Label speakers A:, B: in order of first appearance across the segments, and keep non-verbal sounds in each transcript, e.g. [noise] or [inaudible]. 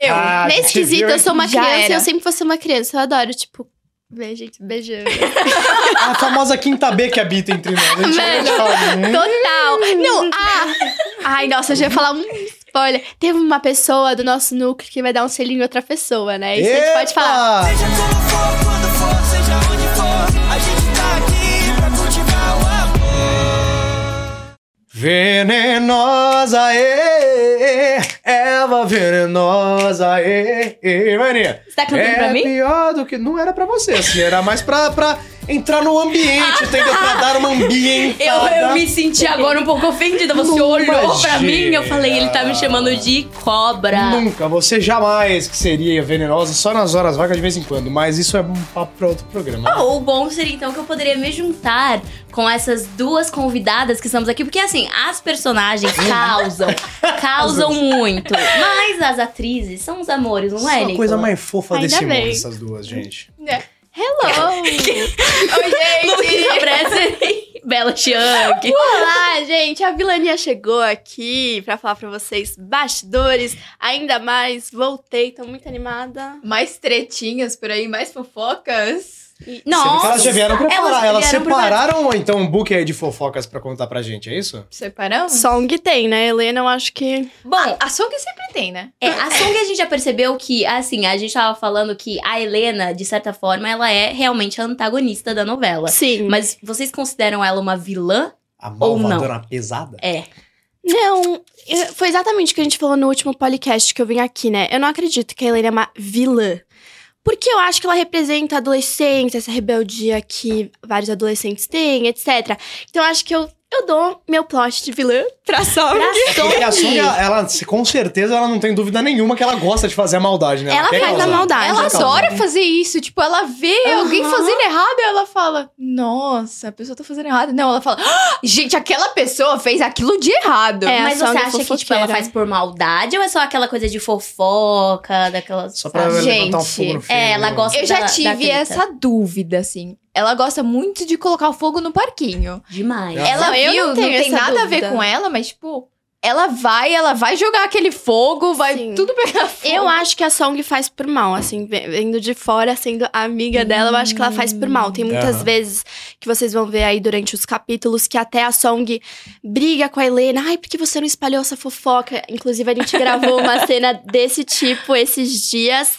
A: eu.
B: Ah,
C: Nesse
B: você viu,
C: esquisito, eu
B: hein?
C: sou uma
A: Já
C: criança
A: era.
C: e eu sempre vou ser uma criança. Eu adoro, tipo, ver gente [laughs] beijando.
B: É A famosa quinta B que habita entre nós. A gente
C: Velho.
B: olha e fala,
C: Então,
B: "Hum,
C: Total. Não, ah. Ai, nossa, eu já ia falar um spoiler. Teve uma pessoa do nosso núcleo que vai dar um selinho em outra pessoa, né? Isso a gente pode
B: epa!"
C: falar.
D: Seja como for, quando for, seja onde for, a gente tá aqui pra cultivar o amor.
B: Venenosa, ê, ê, Eva venenosa, ê, ê, Maria.
A: Você tá cantando
B: é
A: pra mim?
B: pior do que... Não era pra você, assim, era mais pra, pra entrar no ambiente, entendeu? Pra dar uma
A: Eu,
B: ambientada.
C: [laughs]
A: eu me senti agora um pouco ofendida. Você
B: Não
A: olhou pra
B: imagina.
A: mim eu falei, ele tá me chamando de cobra.
B: Nunca, você jamais que seria venenosa só nas horas vagas de vez em quando, mas isso é um papo pra outro programa.
A: Ah, o bom seria então que eu poderia me juntar com essas duas convidadas que estamos aqui, porque assim, as personagens
B: Hum. [laughs]
A: causam, causam muito. Mas as atrizes são os amores, não
B: Isso
A: é,
B: é a coisa
A: Nicolas?
B: mais fofa
C: Ainda
B: desse mundo,
C: bem.
B: essas duas, gente.
C: [laughs] Hello! Oi, gente!
A: Parece [laughs] Bela Chiang.
C: Olá, gente! A Vilania chegou aqui pra falar pra vocês bastidores. Ainda mais, voltei, tô muito animada.
E: Mais tretinhas por aí, mais fofocas.
C: E-
B: Você viu que elas já
C: Nossa!
B: vieram preparar, elas,
A: elas vieram
B: separaram então um buque aí de fofocas pra contar pra gente, é isso?
E: Separamos?
C: Song tem, né? Helena, eu acho que.
E: Bom, a Song sempre tem, né?
A: É, a Song a gente já percebeu que, assim, a gente tava falando que a Helena, de certa forma, ela é realmente a antagonista da novela.
C: Sim.
A: Mas vocês consideram ela uma vilã?
B: A
A: Ou não.
B: malvadona pesada?
A: É.
C: Não, eu- foi exatamente o que a gente falou no último podcast que eu vim aqui, né? Eu não acredito que a Helena é uma vilã. Porque eu acho que ela representa a adolescência, essa rebeldia que vários adolescentes têm, etc. Então eu acho que eu, eu dou meu plot de vilã pra Song.
A: Pra
B: É Porque a
A: Song,
B: Sônia, ela, com certeza, ela não tem dúvida nenhuma que ela gosta de fazer a maldade, né?
A: Ela
B: quer
A: faz a
B: causar.
C: maldade.
E: Ela
B: Quer causar.
E: adora fazer isso. Tipo, ela vê
C: Aham.
E: alguém fazendo errado e ela fala: Nossa, a pessoa tá fazendo errado. Não, ela fala: "Ah, Gente, aquela pessoa fez aquilo de errado.
C: É, a
A: Mas você
C: Song é
A: acha que, tipo, ela
C: fofoqueira.
A: faz por maldade ou é só aquela coisa de fofoca, daquelas.
B: Só pra
A: sabe?
B: levantar um
E: Gente,
B: fogo no filme.
A: É, ela gosta
E: Eu já
A: da- da
E: tive
A: treta.
E: essa dúvida, assim. Ela gosta muito de colocar o fogo no parquinho.
A: Demais.
B: Ela-
E: Ela
C: Não,
E: viu,
C: eu não
E: não,
C: tenho
E: tem
C: essa
E: nada
C: dúvida.
E: a ver com ela, mas, tipo, ela vai, ela vai jogar aquele fogo, vai
C: Sim.
E: tudo pegar fogo.
C: Eu acho que a Song faz por mal, assim, ve- vendo de fora, sendo a amiga dela, eu acho que ela faz por mal. Tem muitas
B: Aham.
C: vezes que vocês vão ver aí durante os capítulos que até a Song briga com a Helena. Ai, por que você não espalhou essa fofoca? Inclusive, a gente gravou uma cena desse tipo esses dias.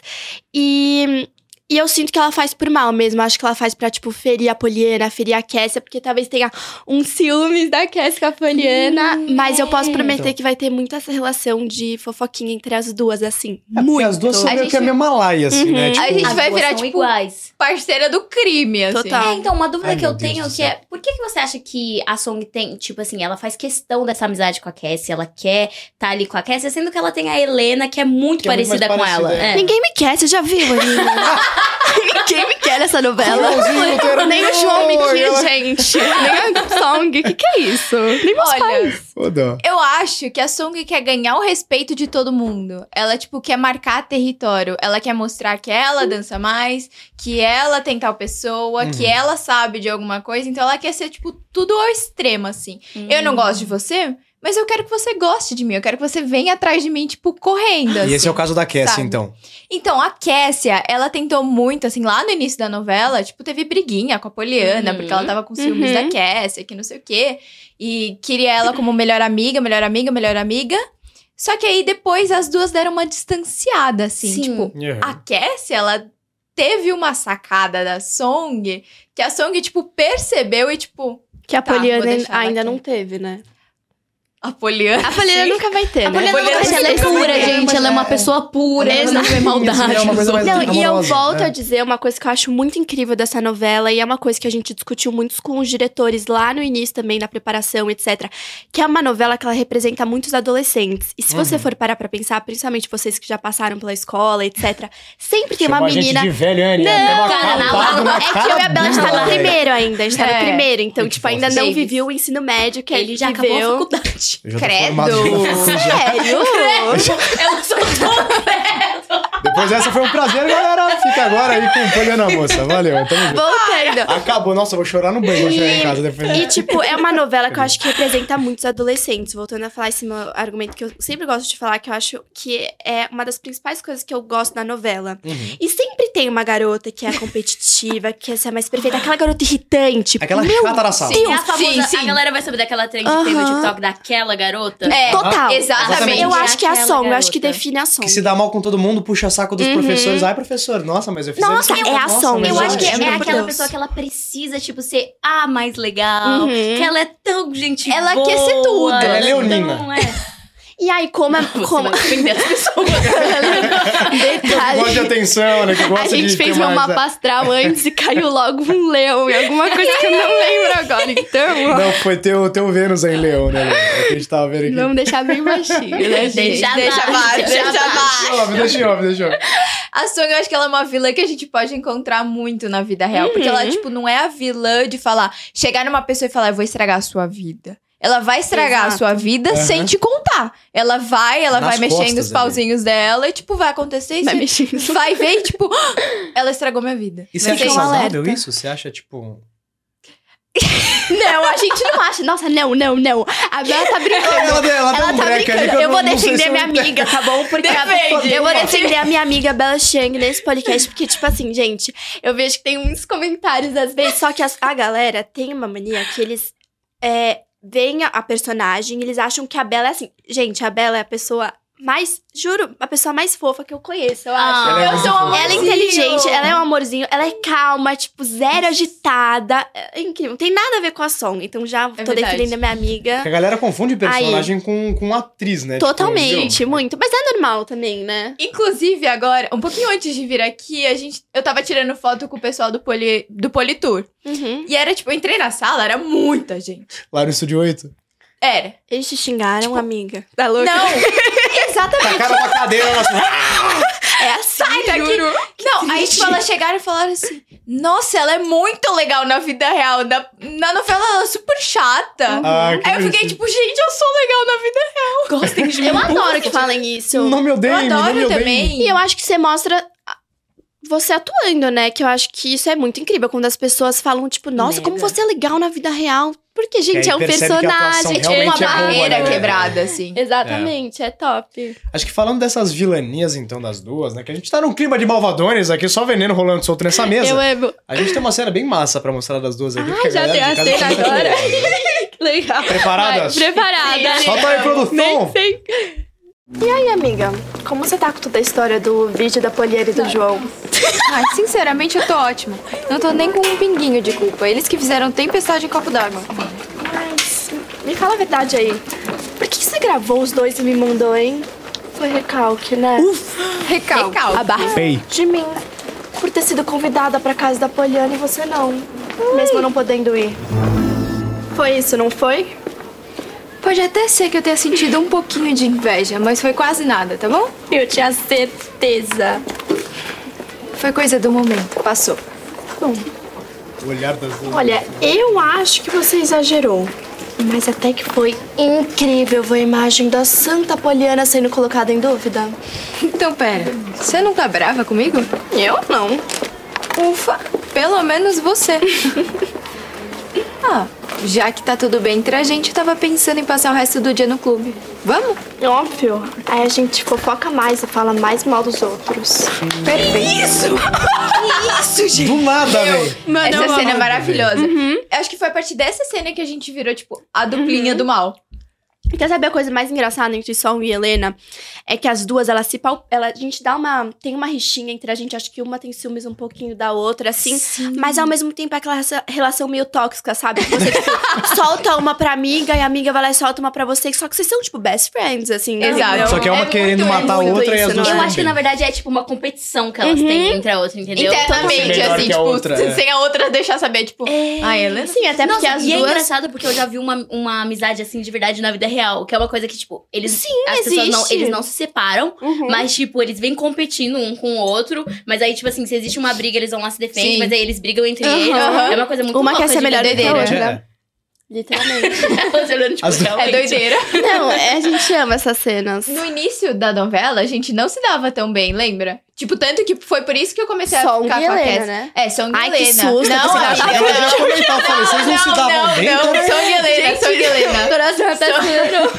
C: E. E eu sinto que ela faz por mal mesmo. eu Acho que ela faz pra, tipo, ferir a Poliana, ferir a Kessia, porque talvez tenha um ciúmes da Kessia com a Poliana. mas eu posso prometer
B: Então.
C: que vai ter muito essa relação de fofoquinha entre as duas, assim.
B: É, porque
C: muito.
B: As duas são
E: A
B: meio que a
E: gente-
B: mesma laia, assim, né?
C: Uhum.
B: Tipo,
E: A gente
A: As
E: vai
A: duas
E: virar,
A: são
E: tipo,
A: iguais.
E: parceira do crime, assim.
C: Total.
A: É, então, uma dúvida
B: Ai,
A: que eu
B: meu Deus
A: tenho
B: do
A: que é... Por que, que você acha que a Song tem... Tipo assim, ela faz questão dessa amizade com a Cassie. Ela quer tá ali com a Cassie. Sendo que ela tem a Helena, que é muito
B: Que é muito
A: parecida
B: mais
A: com
B: parecida, é.
A: ela. É.
C: Ninguém me quer, você já viu, [laughs] Aninha? Ninguém me quer nessa novela.
B: Joãozinho, não quero
C: Nem o
B: amor,
C: João me
B: e
C: quer,
B: ela-
C: gente. [laughs] Nem a Song. O que, que é isso? Nem meus
E: Olha,
C: pais.
B: Foda.
E: Eu acho que a Song quer ganhar o respeito de todo mundo. Ela, tipo, quer marcar território. Ela quer mostrar que ela dança mais, que ela tem tal pessoa, que
B: Uhum.
E: ela sabe de alguma coisa. Então ela quer ser, tipo, tudo ao extremo, assim. Eu
B: Uhum.
E: não gosto de você, mas eu quero que você goste de mim. Eu quero que você venha atrás de mim, tipo, correndo.
B: E esse
E: assim.
B: é o caso da Cassie,
E: sabe?
B: então.
E: Então, a Kessia, ela tentou muito, assim, lá no início da novela, tipo, teve briguinha com a Poliana,
A: Uhum.
E: porque ela tava com ciúmes
C: Uhum.
E: da Kessia, que não sei o quê. E queria ela como melhor amiga, melhor amiga, melhor amiga. Só que aí depois as duas deram uma distanciada, assim,
A: Sim.
E: tipo, a Cassie, ela teve uma sacada da Song, que a Song, tipo, percebeu e, tipo,
C: Que a
E: Tá,
C: Poliana
E: vou deixar ela
C: ainda
E: aqui.
C: não teve, né?
E: a Poliana.
C: A Poliana nunca vai ter,
A: A
C: né?
A: Poliana,
E: Poliana
A: não gosta, ela é
E: sempre
A: pura,
E: foi
A: gente.
E: bem,
A: Ela é uma
E: é.
A: pessoa pura. Ela não vê maldade.
B: Isso é uma coisa mais
C: Não, e eu
B: amorosa,
C: volto
B: né?
C: a dizer uma coisa que eu acho muito incrível dessa novela, e é uma coisa que a gente discutiu muito com os diretores lá no início também, na preparação, etc. Que é uma novela que ela representa muitos adolescentes. E se você
B: Uhum.
C: for parar pra pensar, principalmente vocês que já passaram pela escola, etc., sempre tem uma
B: Chamou a gente
C: menina.
B: de velho, hein, Aninha? Tem uma
A: cara, na
B: capada
A: lá-
B: na
C: É que eu e a Bela a gente
B: cara
C: tá no
B: dura, velho.
C: primeiro ainda, a gente tá no
E: É.
C: primeiro, então,
B: Muito
C: tipo,
B: fofo.
C: ainda não
A: Eles-
C: viveu o ensino médio que
A: Ele já acabou a
C: viveu.
A: [laughs] faculdade.
B: Eu já tô
C: [laughs]
B: [laughs]
E: Credo.
B: formado já na faculdade.
C: Sério?
A: Ela só
B: Depois Pois essa foi um prazer, galera. Fica agora aí com o Folha na Moça. Valeu, tamo junto.
C: Voltando.
B: Acabou, nossa, eu vou chorar no banho, vou chegar em casa depois. né?
C: E, tipo, é uma novela que eu
B: [laughs]
C: acho que representa muitos adolescentes. Voltando a falar esse meu argumento que eu sempre gosto de falar, que eu acho que é uma das principais coisas que eu gosto na novela.
B: Uhum.
C: E sempre tem uma garota que é competitiva, que quer ser a mais perfeita, aquela garota irritante.
B: Aquela
C: Meu
B: chata da sala.
A: Tem
C: Deus,
A: a famosa,
E: sim, sim.
A: a galera vai saber daquela trend que tem no
C: Aham.
A: TikTok daquela garota.
E: É,
C: Total.
E: exatamente.
C: Eu acho que é a
A: Aquela
C: som, eu acho que
A: garota.
C: define a som.
B: Que se dá mal com todo mundo, puxa saco dos professores. Ai, professor, nossa, mas eu fiz
C: Uhum. Nossa,
B: isso.
C: é a
B: Nossa,
C: som.
B: mas
A: Eu
C: Exato.
A: acho que
C: Juro
A: é
C: por
A: aquela
C: Deus.
A: pessoa que ela precisa, tipo, ser a mais legal.
C: Uhum.
A: Que ela é tão gente
E: Ela
A: boa,
E: quer ser tudo.
B: Ela é
A: então
B: leonina.
A: é.
C: E aí, como é.
A: Você
C: Como... [laughs]
A: vai defender as pessoas.
B: Que gosta de
C: Detalhe.
B: atenção, né? Que
C: A
B: gosta de
C: gente
B: ter
C: fez meu
B: mais,
C: mapa astral antes e caiu logo um leão. É alguma coisa que eu não lembro agora. Então,
B: Não, foi teu, teu Vênus aí, Leão, né? Leão? É o que a gente tava vendo aqui.
C: vamos deixar bem baixinho, né, gente?
A: Deixa
E: Deixa baixo, deixa baixo.
B: Deixa eu off, deixa eu off, deixa eu off.
E: A Song, eu acho que ela é uma vilã que a gente pode encontrar muito na vida real. Porque
C: Uhum.
E: ela, tipo, não é a vilã de falar, chegar numa pessoa e falar, eu vou estragar a sua vida. Ela vai estragar a
C: Exato.
E: sua vida
B: Aham.
E: sem te contar. Ela vai, ela
B: Uhum. Nas
E: vai mexendo
B: costas
E: os pauzinhos dela e, tipo, vai acontecer e
C: Vai
E: você
C: mexer.
E: vai ver e, tipo, [gasps] ela estragou minha vida.
B: E você
E: Vai
B: acha
E: ter um
B: saudável
E: alerta.
B: isso? Você acha, tipo...
C: [laughs] Não, a gente não acha. Nossa, não, não, não. A Bela tá brincando.
B: Ela, é ela,
C: Ela tá brincando. Eu, vou defender minha amiga, tá bom? Porque a-
E: Defende.
C: eu vou defender a minha amiga Bela Chang nesse podcast. Porque, tipo assim, gente, eu vejo que tem uns comentários às vezes. Só que as- a galera tem uma mania que eles é, veem a, a personagem eles acham que a Bela é assim. Gente, a Bela é a pessoa mais. Juro, a pessoa mais fofa que eu conheço, eu acho.
A: Ah,
B: Ela é
E: Eu
B: muito
E: sou
B: fofa.
E: um
C: Ela é inteligente, ela é um amorzinho, ela é calma, tipo, zero agitada. É incrível. Não tem nada a ver com a Song. Então já tô
E: verdade.
C: defendendo a minha amiga.
B: Porque a galera confunde personagem com, com atriz, né? Tipo,
C: Totalmente,
B: entendeu?
C: muito. Mas é normal também, né?
E: Inclusive, agora, um pouquinho antes de vir aqui, a gente, eu tava tirando foto com o pessoal do, poli, do Politour.
C: Uhum.
E: E era, tipo, eu entrei na sala, era muita gente.
B: Tipo, Lá no Estúdio 8.
E: Era.
C: Eles te xingaram, amiga. Tá louca? [laughs]
E: Não! Exatamente.
B: Tacaram pra cadeira, ela assim...
C: é assim.
E: Sai daqui.
C: juro.
E: Não, aí tipo, elas chegaram e falaram assim: Nossa, ela é muito legal na vida real. Na, na novela ela é super chata.
B: Ah, que
E: aí eu fiquei
B: bonitinho.
E: tipo, gente, eu sou legal na vida real. Gostem
B: [laughs]
E: de
C: Eu adoro que falem isso.
B: Não me
E: Eu
B: odeiem, não me
E: adoro
B: odeiem.
E: também.
C: E eu acho que você mostra a- você atuando, né? Que eu acho que isso é muito incrível. Quando as pessoas falam, tipo, nossa,
A: Mega.
C: como você é legal na vida real. Porque, gente,
B: aí
C: é um
B: percebe que a atuação
C: personagem.
E: Tipo, uma
B: realmente é boa,
E: barreira
B: né?
E: quebrada, assim.
C: Exatamente, é top.
B: Acho que falando dessas vilanias, então, das duas, né? Que a gente tá num clima de malvadões aqui, só veneno rolando solto nessa mesa.
C: Eu amo.
B: A gente tem uma cena bem massa pra mostrar das duas aqui.
C: Ah,
B: porque
C: já
B: galera
C: tem
B: de
C: a
B: casa
C: cena
B: tá muito
C: agora.
B: boa, né?
C: [laughs] Legal.
B: Preparadas?
C: Vai, preparada.
B: Solta aí, produção!
C: sei. E aí, amiga? Como você tá com toda a história do vídeo da Poliere e do João?
F: [laughs] Ai, sinceramente, eu tô ótima. Não tô nem com um pinguinho de culpa. Eles que fizeram tempestade em copo d'água.
C: Mas me fala a verdade aí. Por que você gravou os dois e me mandou, hein? Foi recalque, né?
F: Recalque.
E: Recalque.
F: A barra
B: Ei,
C: De mim. Por ter sido convidada pra casa da Poliana e você não. Mesmo eu não podendo ir. Foi isso, não foi?
F: pode até ser que eu tenha sentido um pouquinho de inveja, mas foi quase nada, tá bom?
C: Eu tinha certeza.
F: Foi coisa do momento. Passou.
C: Bom,
B: o olhar das duas.
C: Olha, eu acho que você exagerou. Mas até que foi incrível ver a imagem da Santa Poliana sendo colocada em dúvida.
F: Então, pera. Você não tá brava comigo?
C: Eu não.
F: Ufa, pelo menos você. ah, já que tá tudo bem entre a gente, eu tava pensando em passar o resto do dia no clube. Vamos?
C: Óbvio. Aí a gente fofoca mais e fala mais mal dos outros.
F: Perfeito.
B: Do nada, velho.
C: Mano,
E: Essa cena é
B: amo.
E: maravilhosa. Eu acho que foi a partir dessa cena que a gente virou, tipo, a duplinha do mal.
C: Quer saber a coisa mais engraçada entre Sol e Helena? É que as duas, elas se pau... ela, A gente dá uma... Tem uma rixinha entre a gente. Acho que uma tem ciúmes um pouquinho da outra, assim. Mas ao mesmo tempo é aquela raça- relação meio tóxica, sabe? Que Você, tipo, [laughs] solta uma pra amiga e a amiga vai lá e solta uma pra você. Só que vocês são, tipo, best friends, assim.
E: Exato.
B: Só que é uma
E: muito-
B: querendo
E: é
B: matar a
E: muito
B: outra e
C: isso,
B: as duas.
C: não é?
A: Eu
B: também.
A: acho que, na verdade, é tipo uma competição que elas
C: Uhum.
A: têm entre a outra, entendeu?
C: Então,
E: Internamente,
B: Melhor
E: assim,
B: que a
E: tipo,
B: outra,
E: [laughs] se-
B: é.
E: sem a outra deixar saber, tipo, ai, Helena.
C: Sim, até porque
A: Nossa,
C: as
A: e é
C: duas...
A: engraçado porque eu já vi uma, uma amizade assim de verdade na vida real, que é uma coisa que, tipo, eles. Sim, as pessoas não,
C: existe. Uhum.
A: eles não se separam, mas, tipo, eles vêm competindo um com o outro. Mas aí, tipo assim, se existe uma briga, eles vão lá se defendem,
E: Sim.
A: mas aí eles brigam entre
C: Aham.
A: eles. É uma coisa muito
C: Uma
A: louca
C: quer ser
A: de
C: melhor do que a
A: doideira.
C: outra.
B: É.
C: Literalmente.
A: Elas olhando, tipo,
B: As duas-
E: É
A: realmente. [laughs]
E: doideira.
C: não, é, a gente ama essas cenas.
E: No início da novela, a gente não se dava tão bem, lembra? Tipo, tanto que foi por isso que eu comecei
C: Só
E: a
C: um
E: ficar com a
C: Helena,
E: Cass.
C: né?
E: É, Song
C: Ai,
E: Helena.
C: que susto,
E: Não,
C: você
B: Assim, Eu
C: acha
E: amiga.
B: ia comentar, eu falei, vocês não, se davam
E: Ah, não,
B: bem,
E: não,
B: cara?
E: Song Helena, Song Helena.
C: coração até acelerou.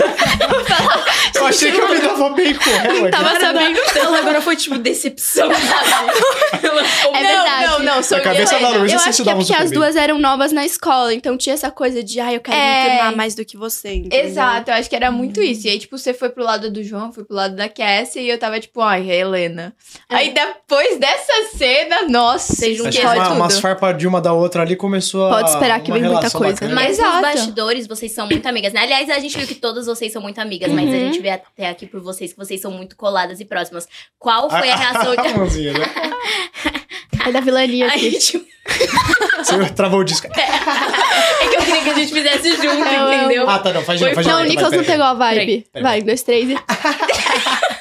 B: Eu achei que eu me dava bem com ela.
C: assim,
A: Tava sabendo dela, agora foi tipo decepção.
E: [laughs]
C: É
E: não,
C: verdade.
E: não, não, Song
B: A cabeça
E: Helena.
B: da Luísa
C: Eu
B: vocês
C: acho
B: se
C: que é
B: davam
C: porque
B: super
C: as
B: bem.
C: duas eram novas na escola, então tinha essa coisa de, ai, eu quero
E: É.
C: me turmar mais do que você. entendeu?
E: Exato, eu acho que era muito isso. E aí, tipo, você foi pro lado do João, foi pro lado da Cassie, e eu tava tipo, ai, é Helena. Aí depois dessa cena, nossa,
A: Vocês
E: esquece
A: juntaram
B: Acho que uma,
E: tudo.
B: umas farpas de uma da outra ali começou a.
C: Pode esperar que
B: uma
C: vem muita
B: relação
C: coisa.
B: bacana.
A: Mas
E: Exato.
A: nos bastidores, vocês são muito amigas. né? Aliás, a gente viu que todas vocês são muito amigas, mas
B: Uhum.
A: a gente vê até aqui por vocês que vocês são muito coladas e próximas. Qual
B: Ah,
A: foi a reação
B: a
A: que
B: [laughs] mãozinha, né?
C: É da
B: ah,
C: vilania
A: a
C: aqui.
A: gente...
B: Você travou o disco.
A: É que eu queria que a gente fizesse junto, entendeu?
B: Ah, tá, não, faz de novo, faz de
C: Não, o
B: novo.
C: Nicolas não
B: peraí,
C: pegou a vibe.
B: Peraí.
C: Vai, um, dois, três e...
B: peraí.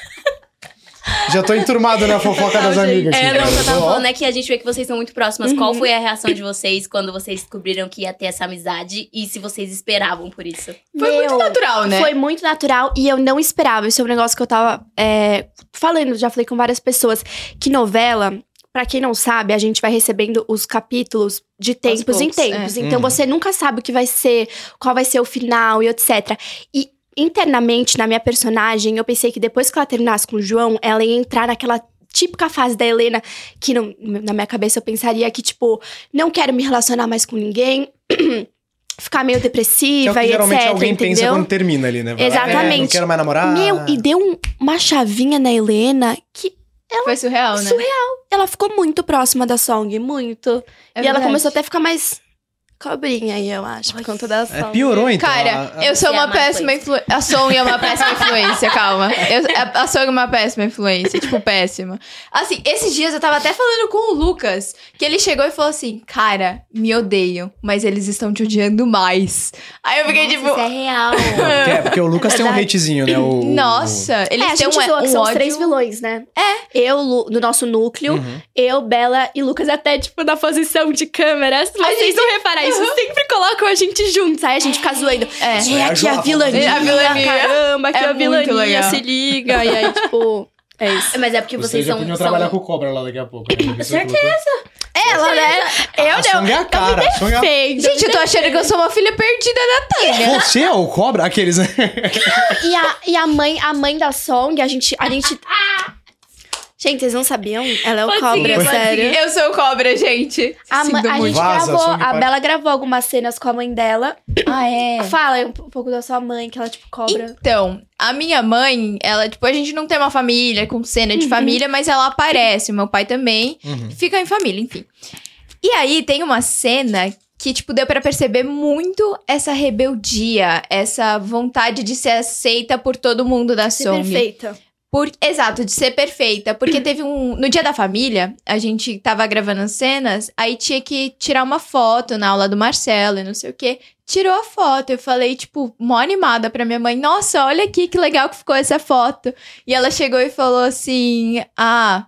B: Já tô enturmado na fofoca das amigas.
A: É,
B: aqui,
A: não, o que eu
B: cara.
A: tava
B: Ó,
A: falando é que a gente vê que vocês são muito próximas. Qual
B: Uhum.
A: foi a reação de vocês quando vocês descobriram que ia ter essa amizade e se vocês esperavam por isso?
E: Foi muito
C: Meu.
E: natural, né?
C: Foi muito natural e eu não esperava. Isso é um negócio que eu tava é, falando, já falei com várias pessoas. Que novela, pra quem não sabe, a gente vai recebendo os capítulos de tempos em
E: poucos, é.
C: tempos. Então
B: Uhum.
C: você nunca sabe o que vai ser, qual vai ser o final e etc. E internamente, na minha personagem, eu pensei que depois que ela terminasse com o João, ela ia entrar naquela. Típica fase da Helena, que não- na minha cabeça eu pensaria que, tipo, não quero me relacionar mais com ninguém, [clears throat] ficar meio
B: que é o
C: depressiva
B: que
C: e
B: geralmente
C: etc.
B: alguém
C: entendeu?
B: pensa quando termina ali, né? Vai lá,
C: Exatamente.
B: é, Não quero mais namorar.
C: Meu, e deu um- uma chavinha na Helena que
E: Foi surreal, né?
C: surreal. Ela ficou muito próxima da Song, muito.
E: É
C: e ela
E: verdade.
C: começou até a ficar mais cobrinha aí, eu acho, por conta da
B: É,
C: Song.
B: piorou então.
E: né? Cara,
B: a- a-
E: eu sou
A: Você é
E: uma
A: uma
E: péssima influência. A Song é
C: [laughs]
E: uma péssima influência, calma. Eu, a, a Song é uma péssima influência, tipo, péssima. Assim, esses dias eu tava até falando com o Lucas, que ele chegou e falou assim: Cara, me odeiam, mas eles estão te odiando mais. Aí eu
A: Nossa,
E: fiquei tipo.
A: Isso é
E: [laughs]
A: real.
B: Porque, é, porque o Lucas tem um
C: verdade.
B: hatezinho, né? O, o-
E: Nossa, eles
C: é, a
E: têm
C: gente
E: um,
C: zoa que
E: um
C: são os
E: ódio.
C: três vilões, né? É. Eu, Lu- do nosso núcleo,
B: Uhum.
C: eu, Bela e Lucas, até, tipo, na posição de câmeras. Mas vocês não reparar isso, sempre colocam a gente juntos. Aí a gente fica zoando.
E: Uhum. É.
C: É,
B: É, a
C: aqui
B: Ju-
C: a vilania,
E: a vilania.
C: caramba, aqui
E: É
C: a
E: muito
C: vilania,
E: legal.
C: se liga. E aí, tipo, é isso.
A: Mas é porque
B: Vocês
A: vocês
B: já
A: são.
B: podiam
A: são-
B: trabalhar com o Cobra lá daqui a pouco. Né?
A: Certeza.
C: Ela, né?
B: Eu a Song é a cara. a Song é a-
C: Feio.
E: Gente, eu tô achando que eu sou uma filha perdida da Tânia.
B: Você é o Cobra? Aqueles, né?
C: E a, e a mãe, a mãe da Song, a gente. A gente... [laughs] Gente, vocês não sabiam? Ela é o
A: Pode
C: cobra,
A: seguir, pode
C: sério.
E: assim, Eu sou cobra, gente.
C: A, ma- a gente
B: Vaza,
C: gravou,
B: Song
C: a
B: Park.
C: Bela gravou algumas cenas com a mãe dela.
E: Ah, é.
C: Fala aí um p- um pouco da sua mãe, que ela, tipo, cobra.
E: Então, a minha mãe, ela, tipo, a gente não tem uma família com cena de família, mas ela aparece. O meu pai também
C: Uhum.
E: fica em família, enfim. E aí tem uma cena que, tipo, deu pra perceber muito essa rebeldia, essa vontade de ser aceita por todo mundo da
C: Ser
E: Sony.
C: é perfeita.
E: Por, exato, de ser perfeita. Porque teve um. No dia da família, a gente tava gravando as cenas, aí tinha que tirar uma foto na aula do Marcelo e não sei o quê. Tirou a foto. Eu falei, tipo, mó animada pra minha mãe: Nossa, olha aqui que legal que ficou essa foto. E ela chegou e falou assim: Ah,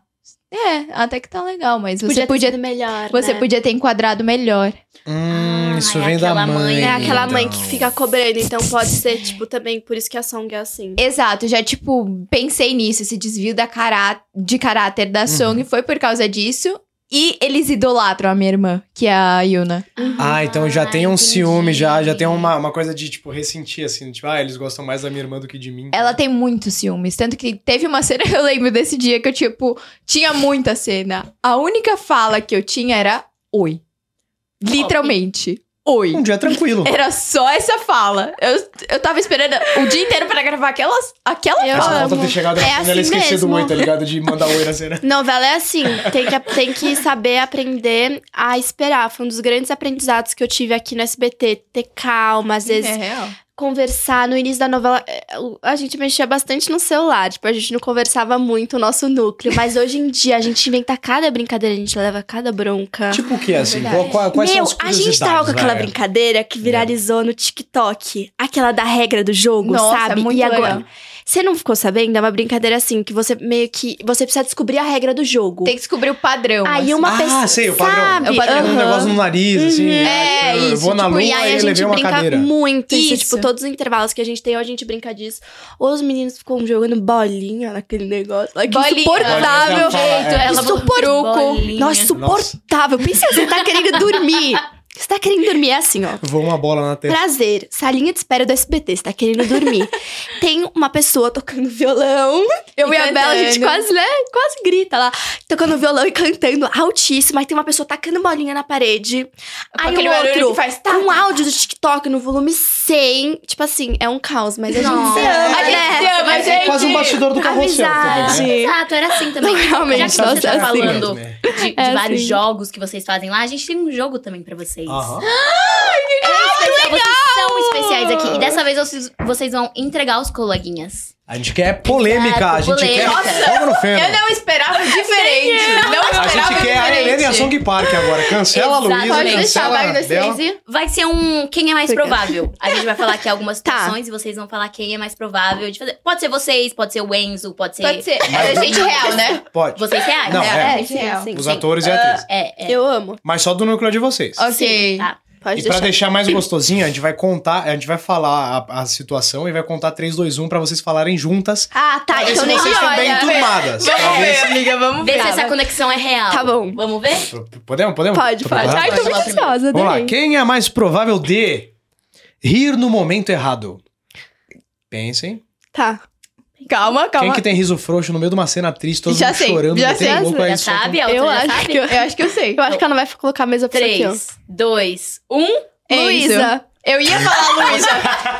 E: é, até que tá legal, mas você podia,
C: ter sido melhor.
E: você
C: né?
E: podia ter enquadrado melhor.
B: Hum,
A: Ah,
B: isso
A: é
B: vem da
A: aquela
B: mãe.
A: mãe.
C: É aquela mãe
B: então.
C: que fica cobrando, então pode ser, tipo, também por isso que a Song é assim.
E: Exato, já, tipo, pensei nisso. Esse desvio da cará de caráter da Song foi por causa disso. E eles idolatram a minha irmã, que é a Yuna.
B: Ah, então já
A: Ah,
B: tem um
A: entendi.
B: ciúme, já, já tem um uma, uma coisa de, tipo, ressentir, assim. Tipo, ah, eles gostam mais da minha irmã do que de mim.
E: Ela tem muitos ciúmes. Tanto que teve uma cena, [laughs] eu lembro desse dia, que eu, tipo, tinha muita cena. A única fala que eu tinha era oi. Literalmente. Oi.
B: Um dia tranquilo.
E: Era só essa fala. Eu, eu tava esperando o dia inteiro pra gravar aquelas, aquela
C: Eu
B: Essa
E: fala.
B: falta de ter chegado na
C: É
B: cena,
C: assim
B: ela esquecido
C: mesmo.
B: muito, tá ligado? De mandar oi
C: [laughs]
B: na cena.
C: Novela é assim, tem que, tem que saber aprender a esperar. Foi um dos grandes aprendizados que eu tive aqui no SBT. Ter calma, às vezes
E: É real.
C: conversar. No início da novela, é, o- a gente mexia bastante no celular. Tipo, a gente não conversava muito o nosso núcleo. Mas hoje em dia, a gente inventa cada brincadeira, a gente leva cada bronca.
B: Tipo o que, assim?
E: verdade.
B: Qual, qual, quais
C: É Meu,
B: são as
C: a gente tava com
B: curiosidades,
C: aquela
B: vai?
C: brincadeira que viralizou no TikTok. Aquela da regra do jogo,
E: Nossa, é
C: sabe?
E: muito
C: e agora.
E: legal.
C: Você não ficou sabendo? É uma brincadeira assim, que você meio que. Você precisa descobrir a regra do jogo.
E: Tem que descobrir o padrão.
C: Aí uma
B: ah,
C: pessoa.
B: sei, o padrão.
C: Sabe?
E: É o
B: Tem
E: padrão.
B: um
C: Aham. Uhum.
B: negócio no nariz, assim.
E: É,
B: eu, eu
E: isso,
B: vou na
E: tipo,
B: lua
C: E
B: e,
C: aí a
B: eu
C: gente
B: levei uma
C: brinca
B: cadeira.
C: muito isso.
E: Isso.
C: Tipo, todos os intervalos que a gente tem, a gente brinca disso. Ou os meninos ficam jogando bolinha naquele negócio. Like,
E: Bolinha.
C: insuportável.
B: Bolinha, fala, é.
A: Ela botou
C: insuportável.
A: bolinha.
C: um Nossa, insuportável. Pensa, você tá querendo dormir. Você tá querendo dormir, é assim, ó.
B: Vou uma bola na testa.
C: Prazer, salinha de espera do SBT, você tá querendo
B: [laughs]
C: dormir. Tem uma pessoa tocando violão. Eu e, a Bela, a gente
E: cantando.
C: quase, né? Quase grita lá. Tocando violão e cantando altíssimo. Aí tem uma pessoa tacando bolinha na parede. Aí
E: aquele
C: o
E: barulho
C: outro
E: que faz tá,
C: com um áudio do TikTok no volume 100. Tipo assim, é um caos, mas a gente
A: Nossa.
C: se ama,
E: A gente se
C: né?
E: ama,
B: É
E: gente.
B: quase um bastidor do carrossel também, né?
C: Amizade.
A: Exato, era assim também.
C: Não,
A: Já que
C: realmente,
A: você
C: nossa,
A: tá
C: é assim
A: falando
B: mesmo, é.
A: de, de
C: É
A: vários
C: assim.
A: jogos que vocês fazem lá, a gente tem um jogo também pra vocês.
B: Aham.
A: Então, Vocês são especiais aqui. E dessa vez vocês, vocês vão entregar os coleguinhas.
B: A gente quer polêmica, a gente
A: polêmica.
B: quer fogo no feno.
E: Eu não esperava diferente. não
B: A
E: esperava
B: gente quer a
E: diferente.
B: Helena e a Song Park agora. Cancela a
A: Exato.
B: Luísa,
A: Pode
E: deixar,
B: cancela
E: vai,
B: a
E: dois,
B: Bela.
E: três e-
A: Vai ser um quem é mais
C: Porque-
A: provável. A gente vai falar aqui algumas
C: [laughs] Tá.
A: situações e vocês vão falar quem é mais provável de fazer. Pode ser vocês, pode ser o Enzo, pode ser.
E: Pode ser. É gente real, né?
B: Pode.
A: Vocês reais?
B: Não,
A: é.
B: é.
C: É,
E: real.
C: sim,
B: Os
C: sim.
B: atores e atrizes.
A: É, é.
C: Eu amo.
B: Mas só do núcleo de vocês.
E: [laughs] Ok.
A: Tá.
C: Pode
B: E pra
C: deixar.
B: deixar mais gostosinho, a gente vai contar, a gente vai falar a, a situação e vai contar 3, 2, 1 pra vocês falarem juntas.
C: Ah, tá.
B: Talvez
A: é
C: Então nem
B: vocês estão bem
C: olha.
B: turmadas. Talvez.
E: amiga, vamos
A: Vê se essa conexão é real.
C: Tá bom.
A: Vamos ver?
B: Podemos? Podemos? Tá
C: Pode,
B: Tô
C: pode.
B: preparado?
C: Ai, tô muito ansiosa,
B: Vamos lá.
C: adorei.
B: Quem é mais provável de rir no momento errado? Pensem.
C: Tá.
E: Calma,
B: Quem que tem riso frouxo no meio de uma cena triste, todo
E: Já
B: mundo
E: sei,
B: chorando,
E: já
B: metendo
E: sei.
B: louco, aí
A: Já
B: solta um-
A: sabe? A outra
C: Eu
A: já
C: acho,
A: sabe?
C: que eu,
E: Eu acho que eu sei.
C: eu acho que ela não vai colocar a mesma opção que eu.
A: 3, 2, 1.
C: É
E: Enzo.
C: Luísa.
E: é Eu ia falar Luísa.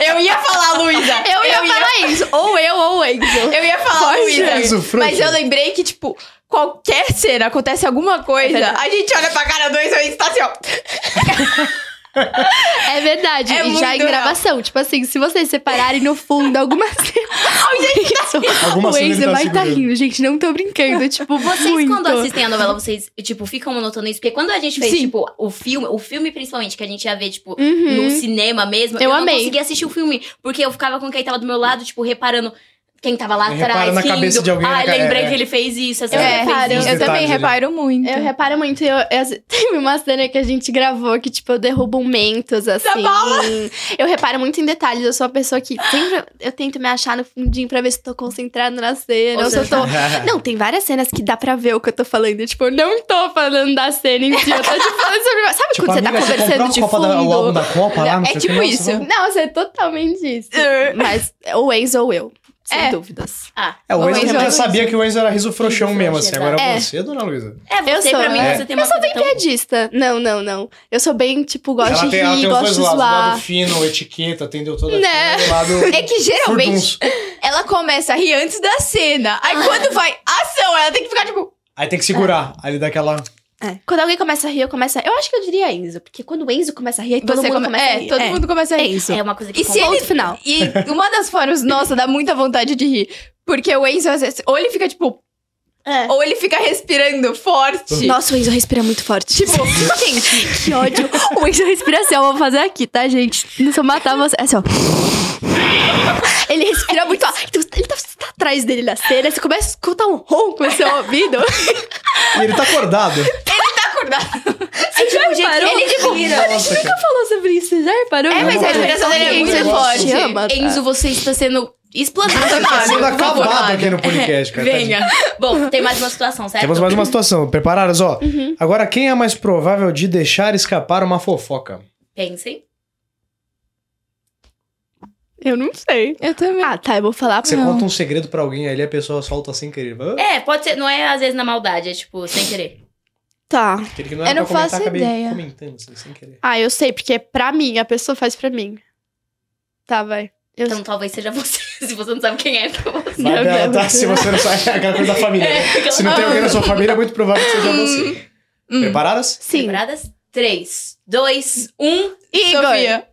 E: Eu ia falar [laughs] Luísa.
C: Eu ia falar isso. Ou eu ou o Enzo.
E: Eu ia falar
C: Pode
E: Luísa.
C: ser.
B: Enzo Frutti.
E: Mas eu lembrei que, tipo, qualquer cena, acontece alguma coisa, a gente olha pra cara do Enzo e tá assim, ó.
C: É verdade.
E: É
C: e
E: muito
C: já em
E: real.
C: gravação. Tipo assim, se vocês separarem no fundo alguma [laughs] cena. Isso.
B: Alguma
C: o
B: cena ele
C: Enzo
B: tá
C: vai tá
B: segurando.
C: rindo, gente. Não tô brincando. Tipo,
A: Vocês,
C: muito.
A: quando assistem a novela, vocês, tipo, ficam monotônicos Porque quando a gente fez,
C: Sim.
A: tipo, o filme, o filme principalmente, que a gente ia ver, tipo,
C: Uhum.
A: no cinema mesmo,
C: Eu
A: eu não
C: amei.
A: conseguia assistir o filme. Porque eu ficava com quem tava do meu lado, tipo, reparando quem tava lá
B: Repara
A: atrás.
B: na
A: rindo.
B: cabeça de alguém,
A: Ai,
B: né, cara?
A: lembrei
B: É.
A: que ele fez isso, essa
E: Eu,
C: Eu
A: mulher fez
E: reparo,
B: reparo,
A: isso.
E: eu
B: detalhes né?
E: também
B: ali.
E: reparo muito.
C: Eu reparo muito. Eu, eu- [laughs] teve uma cena que a gente gravou que, tipo, eu derrubo mentos, assim. Eu reparo muito em detalhes. Eu sou uma pessoa que sempre eu tento me achar no fundinho pra ver se tô concentrada na cena.
A: Ou
C: Ou se eu
A: seja,
C: tô.
B: [laughs] É.
C: Não, tem várias cenas que dá pra ver o que eu tô falando. Tipo, eu não tô falando da cena em si. Eu tô tipo, falando sobre. Sabe
B: Tipo,
C: quando
B: amiga,
C: você tá
B: comprar
C: conversando
B: o
C: de
B: Copa
C: fundo?
B: da, o álbum da Copa lá, não
E: É
B: sei o que,
E: tipo
B: nossa,
E: isso.
B: vamos-
C: Não, você é totalmente isso.
E: É.
C: Mas ou ex ou eu. Sem
E: É.
C: dúvidas.
A: Ah,
B: É, o
E: O
B: Enzo
E: Enzo
B: eu
E: é
B: já
E: o
B: sabia que o Enzo era riso frouxão
A: Riso
B: mesmo,
A: frouxo,
B: assim. Agora
C: exato.
B: é
C: É.
B: você, dona Luísa?
A: é você,
C: sou,
A: pra mim,
B: é.
A: você tem uma
C: Eu sou bem
A: coisa tão-
C: piadista. Não, não, não. Eu sou bem, tipo, gosto de rir, gosto de
B: lados. O lado
C: zoar.
B: fino, etiqueta, atendeu toda
C: Né?
B: a cena, o lado...
E: É que
B: furdunço.
E: geralmente ela começa a rir antes da cena. Aí
C: Ah.
E: quando vai ação, ela tem que ficar tipo.
B: Aí tem que segurar, aí ele dá aquela...
C: É. Quando alguém começa a rir, eu começo a... Eu acho que eu diria Enzo. Porque quando o Enzo começa a rir, aí todo
E: você
C: mundo
E: come-
C: começa a
E: É,
C: rir.
E: todo mundo começa a
C: É
E: rir.
C: isso.
A: É uma coisa que
E: E se
A: conta.
E: ele-
C: Ponto final.
E: E uma das formas, nossa, dá muita vontade de rir. Porque o Enzo, às vezes, ou ele fica tipo.
C: É.
E: Ou ele fica respirando forte.
C: Nossa, o Enzo respira muito forte. [laughs]
E: Tipo, gente,
C: que ódio. O Enzo respira assim, ó. Vou fazer aqui, tá, gente? Não se eu matar você. É assim, ó. Ele respira muito alto. Então, ele tá, você tá atrás dele na cena. Você começa a escutar um ronco no seu ouvido.
B: E ele tá acordado.
E: tá acordado.
A: É tipo, gente,
C: reparou?
A: ele tipo, respira.
B: Nossa, cara.
C: falou sobre isso, você é já reparou?
E: É, mas a respiração dele é
A: Enzo,
E: muito forte.
C: Te ama, tá?
A: Enzo, você está sendo explanado.
B: Tá sendo
A: Por favor.
B: acabado aqui no podcast, cara.
A: Venha. Bom, tem mais uma situação, certo?
B: Temos mais uma situação. Preparadas, ó?
C: Uhum.
B: Agora, quem é mais provável de deixar escapar uma fofoca?
A: Pensem.
C: Eu não sei.
E: [laughs] Eu também.
C: Ah, tá, eu vou falar
B: Você
C: pra
B: conta um segredo pra alguém ali, a pessoa solta sem querer. Ah,
A: É, pode ser. Não é às vezes na maldade, é tipo, sem querer.
C: Tá.
B: Aquele que não era
E: Eu não
B: pra comentar,
E: faço
B: acabei
E: ideia.
B: comentando assim, sem querer.
C: Ah, eu sei, porque é pra mim, a pessoa faz pra mim. Tá, vai. Eu
A: Então talvez seja você. [laughs] Se você não sabe quem é, fica você.
B: Vai
C: Não,
B: dela,
C: não.
B: tá? Se você não sabe, é aquela
C: [laughs]
B: coisa da família. né?
A: É,
B: Se não tem alguém na sua família, é muito provável que
C: Hum.
B: seja você. Preparadas?
C: Sim.
A: Preparadas? 3, 2, 1.
C: Igor.
E: Sofia.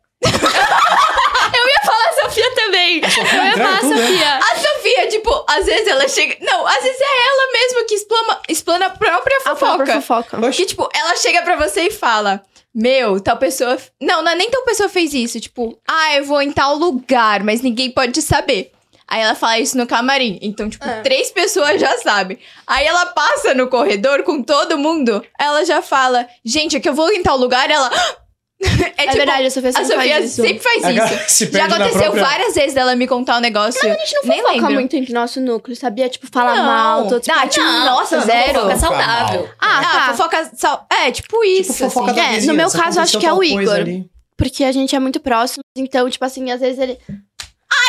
C: A Sofia também. Eu ia
B: entrando
C: falar a
B: tudo, né?
C: Sofia.
E: A Sofia, tipo, às vezes ela chega. Não, às vezes é ela mesma que explana, explana a própria
C: A
E: fofoca.
C: própria fofoca.
E: Que, tipo, ela chega pra você e fala: Meu, tal pessoa. f- Não, não é nem tal pessoa fez isso. Tipo, ah, eu vou em tal lugar, mas ninguém pode saber. Aí ela fala isso no camarim. Então, tipo,
C: É.
E: três pessoas já sabem. Aí ela passa no corredor com todo mundo. Ela já fala, gente, é que eu vou em tal lugar. Ela. "Ah!" [laughs] tipo,
C: É, verdade, a Sofia
E: A
C: sempre
E: Sofia
C: faz isso.
E: sempre faz
B: A galera se
E: isso. Já
B: perde na
E: aconteceu
B: própria- tipo,
E: várias vezes dela me contar um negócio. Mas a gente não
C: Nem foca
E: lembro.
C: muito em nosso núcleo, sabia? Tipo, fala
E: Não.
C: mal, todo
E: Ah, tipo, nossa,
A: não,
E: zero.
B: Tá
A: Fofoca saudável.
E: Ah,
C: Ah, tá.
E: fofoca. sal- É, tipo isso.
B: Tipo, fofoca
E: assim.
B: da
C: É, no
B: vizinhança,
C: meu caso, acho
B: aconteceu
C: que é o
B: tal coisa
C: Igor.
B: ali.
C: Porque a gente é muito próximo, então, tipo assim, às vezes ele...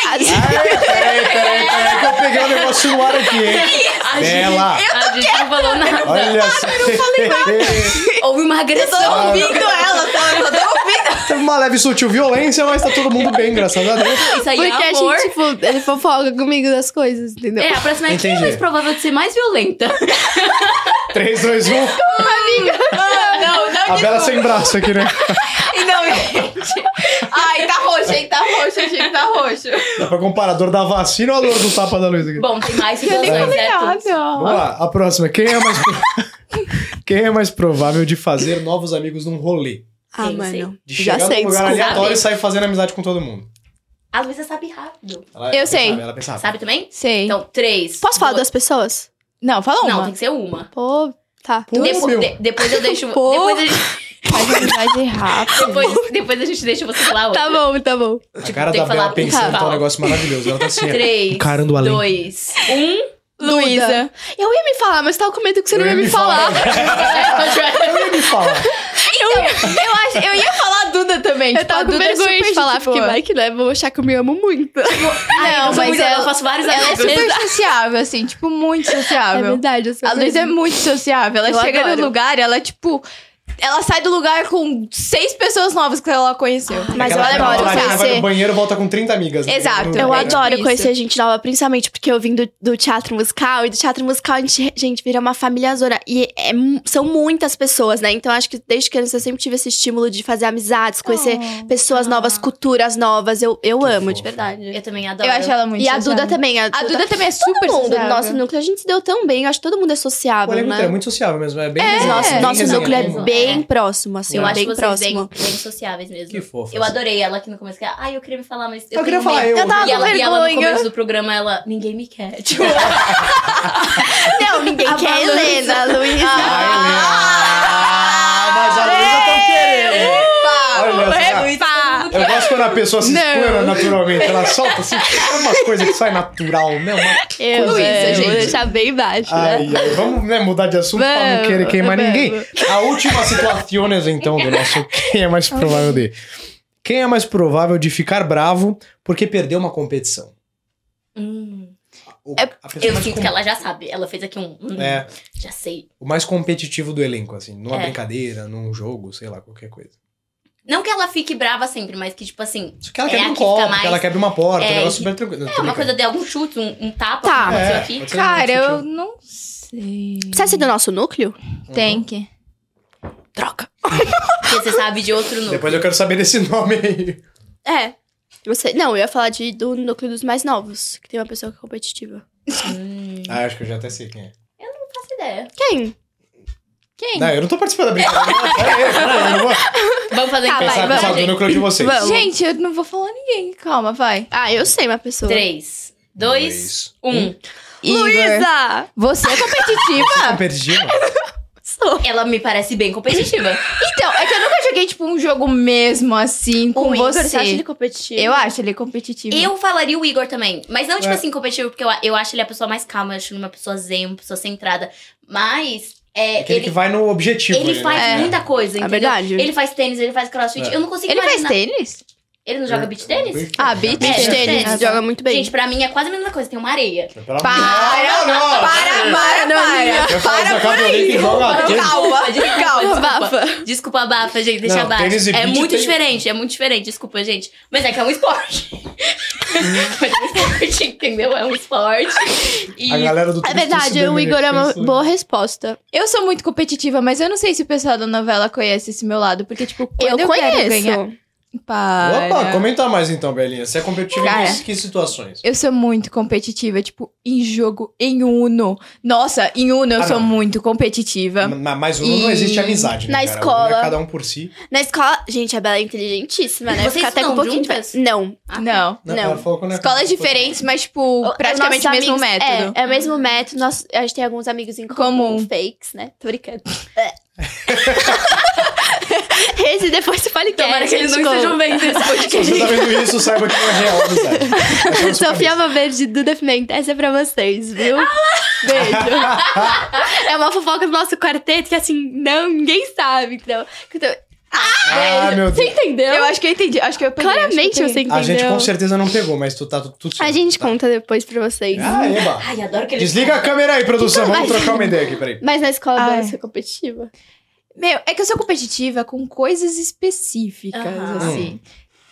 C: Ai!
B: Peraí, peraí, peraí, peraí, que eu peguei um negócio no ar aqui, hein?
A: A
B: Bela.
A: gente, a gente não falou nada.
C: Ah,
B: Olha só.
A: Houve uma agressão.
E: Ouvindo ela, tá? Eu tô [laughs] ouvindo.
B: [laughs] Teve uma leve sutil violência, mas tá todo mundo bem, graças a Deus.
A: Isso aí
C: Porque
A: é
C: a
A: amor.
C: gente, tipo, ele fofoca comigo das coisas, entendeu?
A: É, a próxima é quem é
B: Entendi.
A: mais provável de ser mais violenta.
B: 3, 2, 1.
C: é
E: Ah, Não, não,
B: A Bela sem braço aqui, né?
E: E não, gente. Ai, tá roxo, hein? Tá roxo, gente, tá [laughs] roxo.
B: Dá É pra comparar a dor da vacina ou a dor do tapa da luz aqui?
A: Bom, tem mais
B: nem
A: situações, né?
E: É
A: certo?
B: Vamos lá, a próxima. Quem é mais,
C: [laughs]
B: pro- Quem é mais provável de fazer novos amigos num rolê?
C: Ah,
A: Sim,
C: mano,
A: sim.
B: De
C: já
B: chegar
C: sei,
B: num lugar
C: desculpa.
B: aleatório e sair fazendo amizade com todo mundo.
A: A Luísa sabe rápido.
B: Ela-
E: Eu
B: ela
E: sei.
B: Sabe, ela pensava.
A: Sabe também?
E: Sei.
A: Então, três.
C: Posso falar
A: duas-
C: das pessoas?
E: não, fala uma.
A: Não, tem que ser uma.
C: Pô, tá.
B: Pô,
A: Depo-
B: meu.
A: de- depois eu deixo.
C: Pô.
A: Depois a, gente,
C: Faz amizade rápido.
A: depois, depois a gente deixa você falar outra.
C: Tá bom, tá bom.
B: A
A: Tipo,
B: cara
A: tem
B: da
A: que falar
B: Bela
A: um
B: pensando tá um
A: pau.
B: negócio maravilhoso. Ela tá assim. ó.
A: Três.
B: Encarando o além.
A: Dois. Um.
E: Luísa.
C: Eu ia me falar, mas tava com medo que você
B: Eu
C: não ia me falar.
B: [laughs]
A: É,
B: Eu ia me falar.
E: Eu, eu, acho, eu ia falar a Duda também.
C: Eu
E: tipo, a
C: tava com
E: Duda é
C: vergonha
E: super
C: de falar,
E: gente
C: porque
E: boa.
C: vai que né, vão achar que eu me amo muito.
A: Ai,
E: Não,
A: eu sou
E: mas
A: muito-
E: ela-
A: eu faço vários
E: Ela é
A: amigos.
E: [laughs] super sociável, assim, tipo, muito
C: É
E: sociável.
C: verdade, eu sou
E: a Luísa é
C: mesmo.
E: muito sociável. Ela
C: Eu
E: chega
C: adoro.
E: no lugar, ela, tipo. Ela sai do lugar com seis pessoas novas que ela conheceu.
C: Mas eu
B: Aquela que
C: adoro
B: vai na balada, vai
C: conhecer.
B: no banheiro volta com 30 amigas. né?
E: Exato.
B: No-
E: Eu
C: Eu
B: né?
C: adoro
E: isso.
C: conhecer gente nova, principalmente porque eu vim do, do teatro musical, e do teatro musical a gente, gente vira uma família zona. E é mu- são muitas pessoas, né? Então acho que desde criança eu sempre tive esse estímulo de fazer amizades, conhecer pessoas novas, culturas novas. Eu, eu amo, de
B: fofo.
C: verdade.
A: Eu também adoro.
E: Eu acho ela muito
C: E a
E: sociável.
C: Duda também. A,
E: A Duda também é super
C: Todo mundo do
E: sociável.
C: nosso núcleo, a gente se deu tão bem. Eu acho que todo mundo é
B: O
C: sociável,
B: elenco inteiro
C: né?
B: é muito sociável mesmo. É bem
E: É,
B: resenha,
C: Nosso,
B: bem
C: nosso
B: resenha
C: núcleo
B: mesmo.
C: é bem próximo, assim.
A: Eu acho
C: bem
A: vocês
C: próximo.
A: Bem, bem sociáveis mesmo.
B: Que fofo.
A: Eu adorei ela aqui no começo. Que ela, Ai, eu queria me falar, mas. Eu,
B: Eu queria
A: tenho
B: falar,
A: medo."
B: eu-
C: tava
A: E
C: com
A: ela, e ela no
C: vergonha.
A: começo do programa, ela. Ninguém me quer. [laughs] Tipo,
C: [laughs] Não, ninguém
A: A
C: quer a
A: balança.
C: Helena,
E: [laughs]
C: Luísa.
B: Ai, Helena. Ah, mas a Luísa tão querendo. Olha só. Eu gosto quando a pessoa se expõe naturalmente. Ela solta assim, é uma coisa que sai natural, né? Uma-
C: Eu,
E: Luísa,
C: eu
E: gente.
C: Vou deixar bem baixo, né?
B: Ai, ai, vamos né, mudar de assunto pra não
C: Vamos,
B: querer queimar
C: vamos.
B: ninguém. A última situação, então, do
A: [laughs]
B: nosso quem é mais provável de. Quem é mais provável de ficar bravo porque perdeu uma competição?
A: Hum.
B: O-
E: É,
B: a pessoa
A: Eu
B: mais
A: sinto
B: com-
A: que ela já sabe. Ela fez aqui um. hum,
B: É,
A: Já sei.
B: o mais competitivo do elenco, assim, numa
A: É.
B: brincadeira, num jogo, sei lá, qualquer coisa.
A: Não que ela fique brava sempre, mas que, tipo assim.
B: Só que ela
A: É,
B: quebra
A: a
B: um
A: que fica
B: copo,
A: mais-
B: que ela quebra uma porta,
A: É,
B: um negócio
A: que-
B: super tranquilo. Não,
A: É
B: tô
A: uma
B: brincando.
A: coisa de algum chute, um, um tapa
C: Tá.
A: que
B: É,
A: aconteceu
B: pode
A: aqui.
B: ser
E: Cara,
B: muito
E: eu
B: sutil.
E: não sei. Uhum.
C: Precisa ser é do nosso núcleo?
E: Tem que.
C: Troca.
A: Porque você sabe de outro núcleo.
B: Depois eu quero saber desse [laughs] nome aí.
C: É. Você, não, eu ia falar de, do núcleo dos mais novos, que tem uma pessoa que é competitiva.
A: Hum,
B: Ah, acho que eu já até sei quem é.
A: não faço ideia.
C: Quem?
E: Quem?
B: Não, eu não tô participando da brincadeira. Peraí, peraí, eu não vou
A: Vamos fazer
C: Tá, vai,
A: enquete,
B: pensar,
A: então,
B: pensar do
A: gente.
B: núcleo de vocês.
C: Vamos.
E: Gente, eu não vou falar ninguém. Calma, vai.
C: Ah, eu sei uma pessoa.
A: Três, dois, um.
C: Hum.
E: Igor,
C: Luísa!
E: Você é
B: Ah, [laughs]
E: competitiva.
B: perdi, mano.
A: Ela me parece
C: [laughs]
A: bem competitiva.
E: então, é que eu nunca joguei, tipo, um jogo mesmo assim com
C: o Igor,
E: você.
C: você acha ele competitivo?
E: Eu acho ele competitivo.
A: Eu falaria o Igor também. Mas não, tipo
B: É.
A: assim, competitivo, porque eu, eu acho ele a pessoa mais calma, eu acho ele uma pessoa zen, uma pessoa centrada. Mas é,
B: Aquele
A: ele,
B: que vai no objetivo.
A: ele
B: né?
A: faz
E: É.
A: muita coisa,
C: É
A: entendeu?
C: verdade.
A: Ele faz tênis, ele faz crossfit.
B: É.
A: Eu não consigo
E: Ele faz
A: imaginar.
E: tênis?
A: Ele não joga beach tênis?
E: Ah, beat
A: É,
C: Beach
A: beach
C: tênis,
A: tênis.
C: joga muito bem.
A: Gente, pra mim é quase a mesma coisa, tem uma areia.
B: Para, não,
E: Para,
B: não.
E: para, para, para.
B: Eu falo, essa cadeireta que joga tênis.
E: Calma,
A: Desculpa,
E: calma.
A: abafa. Desculpa, abafa, gente, deixa
B: Não,
A: abaixo.
B: tênis e
A: É
B: beach
A: muito
B: tem-
A: diferente, é muito diferente, desculpa, gente. Mas é que é um esporte. Mas é um esporte, entendeu? É um esporte. E
B: A galera do
C: É
B: tênis
C: verdade,
B: se né?
C: o Igor é uma
B: pensa-
C: boa resposta.
E: Eu sou muito competitiva, mas eu não sei se o pessoal da novela conhece esse meu lado. Porque, tipo, quando eu, quero ganhar... Para.
B: Opa, comenta mais então, Belinha. Você é competitiva
E: Cara.
B: em que situações?
E: Eu sou muito competitiva, tipo, em jogo, em Uno. Nossa, em Uno eu
B: Ah,
E: sou
B: não.
E: muito competitiva.
B: Ma- Mas um não
E: E-
B: existe amizade, né,
C: Na
B: cara?
C: escola.
B: É cada um por si.
C: Na escola. Gente, a Bela é inteligentíssima, né?
A: Vocês
C: Fica até com um
A: estudam
C: pouquinho de
A: juntas?
C: Não.
E: Não.
B: Não,
C: Não.
B: ela falou que não é cada um
E: Escolas
B: por si.
E: diferentes, mas, tipo,
C: O-
E: praticamente o
C: nossos
E: mesmo
C: amigos-
E: método.
C: É, é o mesmo método. Nós, a gente tem alguns amigos em comum,
E: Comum.
C: fakes, né? Tô brincando. [laughs] É. Esse depois você fale que
A: Tomara
C: é,
A: que eles
C: gente,
A: não
C: como-
A: estejam vendo esse
B: Se você tá
A: podcast.
B: vendo isso, saiba que não é real, amizade.
C: Sofia Valverde, Duda Pimenta, essa é pra vocês, viu? Beijo. é uma fofoca do nosso quarteto que, assim, não, ninguém sabe. Então, então
B: Ah, meu
C: você
B: Deus.
C: entendeu?
E: É, Eu acho que eu entendi. Acho que eu peguei, acho
C: Claramente
E: que eu
C: você
E: peguei.
C: entendeu.
B: A gente com certeza não pegou, mas tu tá tu- tudo certo.
C: A gente
B: tá.
C: conta depois pra vocês.
B: Ah, eba.
A: Ai, adoro que eles...
B: Desliga a câmera aí, produção.
C: Então,
B: Vamos
C: vai.
B: trocar uma ideia aqui, peraí.
C: Mas na escola
E: Ai.
C: dela você é competitiva.
E: Meu, é que eu sou competitiva com coisas específicas,
A: Aham.
E: assim.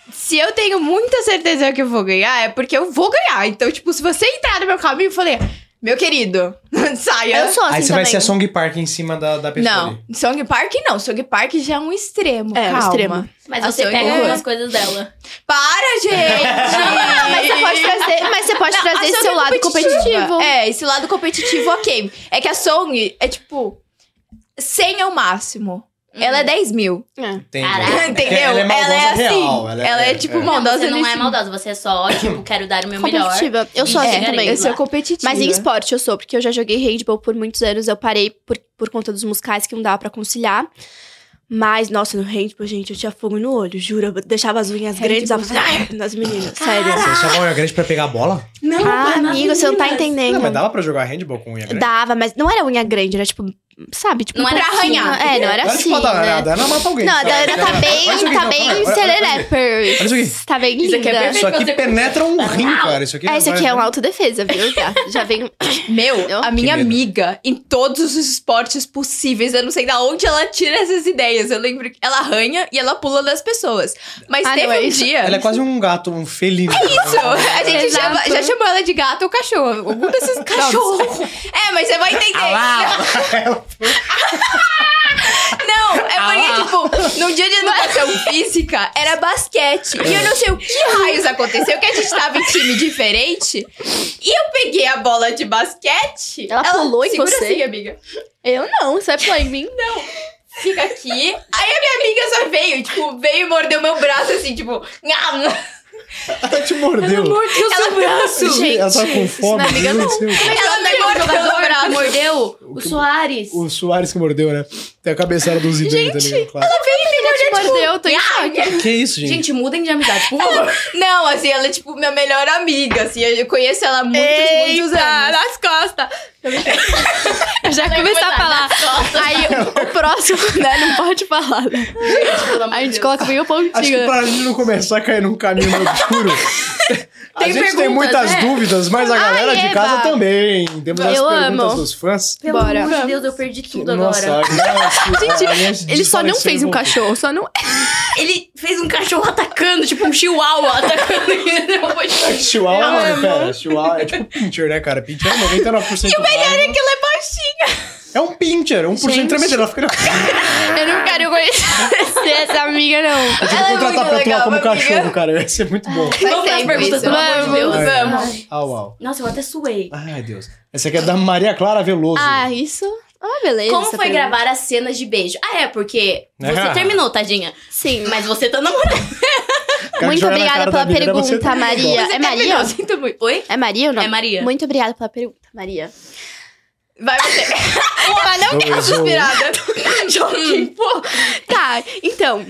C: É.
E: Se eu tenho muita certeza que eu vou ganhar, é porque eu vou ganhar. Então, tipo, se você entrar no meu caminho, eu falei, meu querido, [laughs] saia.
C: Eu sou assim
B: Aí você
C: também.
B: vai ser a Song Park em cima da, da pessoa
E: Não,
B: ali.
E: Song Park não. Song Park já é um extremo.
C: É, um
E: calma.
C: extremo.
A: Mas
E: Ah,
A: você
E: sou
A: pega
E: eu.
A: algumas coisas dela.
C: [laughs]
E: Para, gente!
C: Ah, mas você pode trazer, mas você pode
E: Não, a
C: trazer esse
E: Song
C: seu
E: é
C: lado
E: competitiva.
C: competitivo.
E: É, esse lado competitivo, ok. É que a Song é tipo 100 é o máximo. Ela é 10 mil.
B: Tem,
A: Caraca.
B: É que
E: Entendeu?
B: Ela é, maldosa
E: assim.
B: real.
E: Ela é, tipo
A: Não,
E: maldosa
A: você não é
E: nesse-
A: maldosa, você é só, tipo, quero dar o meu melhor.
C: Competitiva. Eu sou
A: E
C: assim
A: é,
C: também.
E: Eu sou competitiva.
C: Mas em esporte eu sou, porque eu já joguei handball por muitos anos. Eu parei por, por conta dos muscais que não dava pra conciliar. Mas, nossa, no handball, gente, eu tinha fogo no olho, juro. Eu deixava as unhas grandes, eu falava, "Ai", nas meninas, sério.
B: Você só vai grande pra pegar a bola?
A: Não,
C: Ah,
A: Ah, mas nas
C: amigo, você não tá
A: meninas.
B: Não,
C: entendendo.
B: mas dava pra jogar handball com unha grande?
C: Dava, mas não era unha grande, era tipo, sabe? Tipo,
A: Não
C: um
A: era
C: pouquinho.
A: arranhar.
C: É, não era
B: Não
C: assim,
B: tipo dar
C: né?
B: nada, ela mata alguém.
C: Não, a
B: sabe?
C: Dayana tá
B: Olha isso
C: bem,
B: aqui,
C: tá
B: não, olha,
C: bem
B: olha, olha tipo isso aqui.
C: sereleper.
B: Olha isso aqui.
C: Tá bem
A: Isso aqui é
C: linda.
A: perfeito.
B: Isso aqui penetra um rim, cara. Isso aqui
C: É,
B: não
C: Esse
B: vai-
C: aqui é uma autodefesa, viu? Já, já vem... [laughs]
E: Meu, a
C: Que
E: minha
B: medo.
E: amiga, em todos os esportes possíveis, eu não sei da onde ela tira essas ideias. Eu lembro que ela arranha e ela pula das pessoas. Mas
C: Ah, não,
E: teve
C: é
E: um
C: isso.
E: dia.
B: Ela é quase um gato, um felino.
C: É
B: [laughs]
E: [laughs] Isso, a gente
C: Exato.
E: chama- já chamou ela de gato ou cachorro. Algum desses cachorro. É, mas você vai entender.
C: Ah,
E: Não,
C: Ah,
E: é porque, tipo, num dia
C: [laughs]
E: de educação física, era basquete. E eu não sei o que raios aconteceu, que a gente tava em time diferente. E eu peguei a bola de basquete.
C: Ela pulou em
E: segura
C: você?
E: assim, amiga.
C: Eu não, você
A: [laughs]
C: vai pular em mim? Não.
E: Fica aqui. Aí a minha amiga só veio, tipo, veio e mordeu meu braço, assim, tipo... nham.
B: Ela tá te mordeu.
E: Mordeu seu braço.
B: Ela tá com fome.
C: não é amiga,
B: meu
C: não. é
B: Deus do céu.
E: Ela me
A: O
E: mordeu meu
A: jogador que
E: braço.
A: mordeu o Soares.
B: O Soares que mordeu, né? Tem a cabeçada do Zidane, tá ligado? Claro.
C: Te mordeu, tô em choque.
B: Que isso, gente?
A: Gente, mudem de amizade, por favor.
E: Não, assim, ela é tipo minha melhor amiga, assim, eu conheço ela há muitos, muitos anos.
C: nas costas. Eu já
A: Vai
C: começar a
A: botar
C: falar.
A: nas costas.
C: Aí o próximo, [laughs] né? Não pode falar, né?
A: Pelo amor
C: A
A: de
C: gente
A: Deus.
C: coloca bem o
B: Acho que
C: pontinho.
B: pra gente não começar a cair num caminho obscuro. a
A: Tem
B: gente tem
A: perguntas,
B: muitas
A: né?
B: dúvidas, mas a galera de
C: Eva.
B: casa também. Temos as
C: Eu
B: perguntas
C: amo.
B: dos fãs.
A: Pelo
C: Bora.
A: amor de Deus, eu perdi tudo
B: Nossa,
A: agora.
B: tá gente,
C: Ele só não fez um cachorro, só não. [laughs]
A: Ele fez um cachorro atacando, tipo um chihuahua atacando. [laughs]
B: Chihuahua, né, cara? Chihuahua é tipo pincher, né, cara? Pincher é 99% E o melhor é que ela é baixinha. É um pincher, 1%
C: Gente.
B: intermediário. Ela fica...
C: Eu não quero conhecer
A: [laughs]
C: essa amiga, não.
B: Eu tive que
E: Ela é
B: contratar
E: muito
B: pra atuar
E: legal,
B: como
E: amiga.
B: cachorro, cara. Ia ser muito bom.
A: Vamos pras perguntas, pelo amor de Deus.
B: Ai,
E: Vamos.
A: Ai.
B: Au, au.
A: Nossa, eu até suei.
B: Ai, Deus. Essa aqui é da Maria Clara Veloso.
C: Ah, isso. Ah, beleza.
A: Como
C: essa
A: foi
C: pergunta.
A: gravar as cenas de beijo? Ah, é, porque você
B: Ah.
A: terminou, tadinha.
C: Sim,
A: Mas você tá namorando.
B: Cara,
C: Muito
B: jogar na
C: obrigada
B: cara
C: pela
B: da menina,
C: pergunta,
B: você tá
C: Maria.
B: bom.
C: É Maria?
A: Eu sinto muito. Oi?
C: É Maria ou não?
A: É Maria.
C: Muito obrigada pela pergunta, Maria.
E: Vai você.
A: Ah,
E: Mas não quero
B: Dois,
E: suspirada. [laughs]
A: Joaquim, pô.
C: [laughs] Tá, então.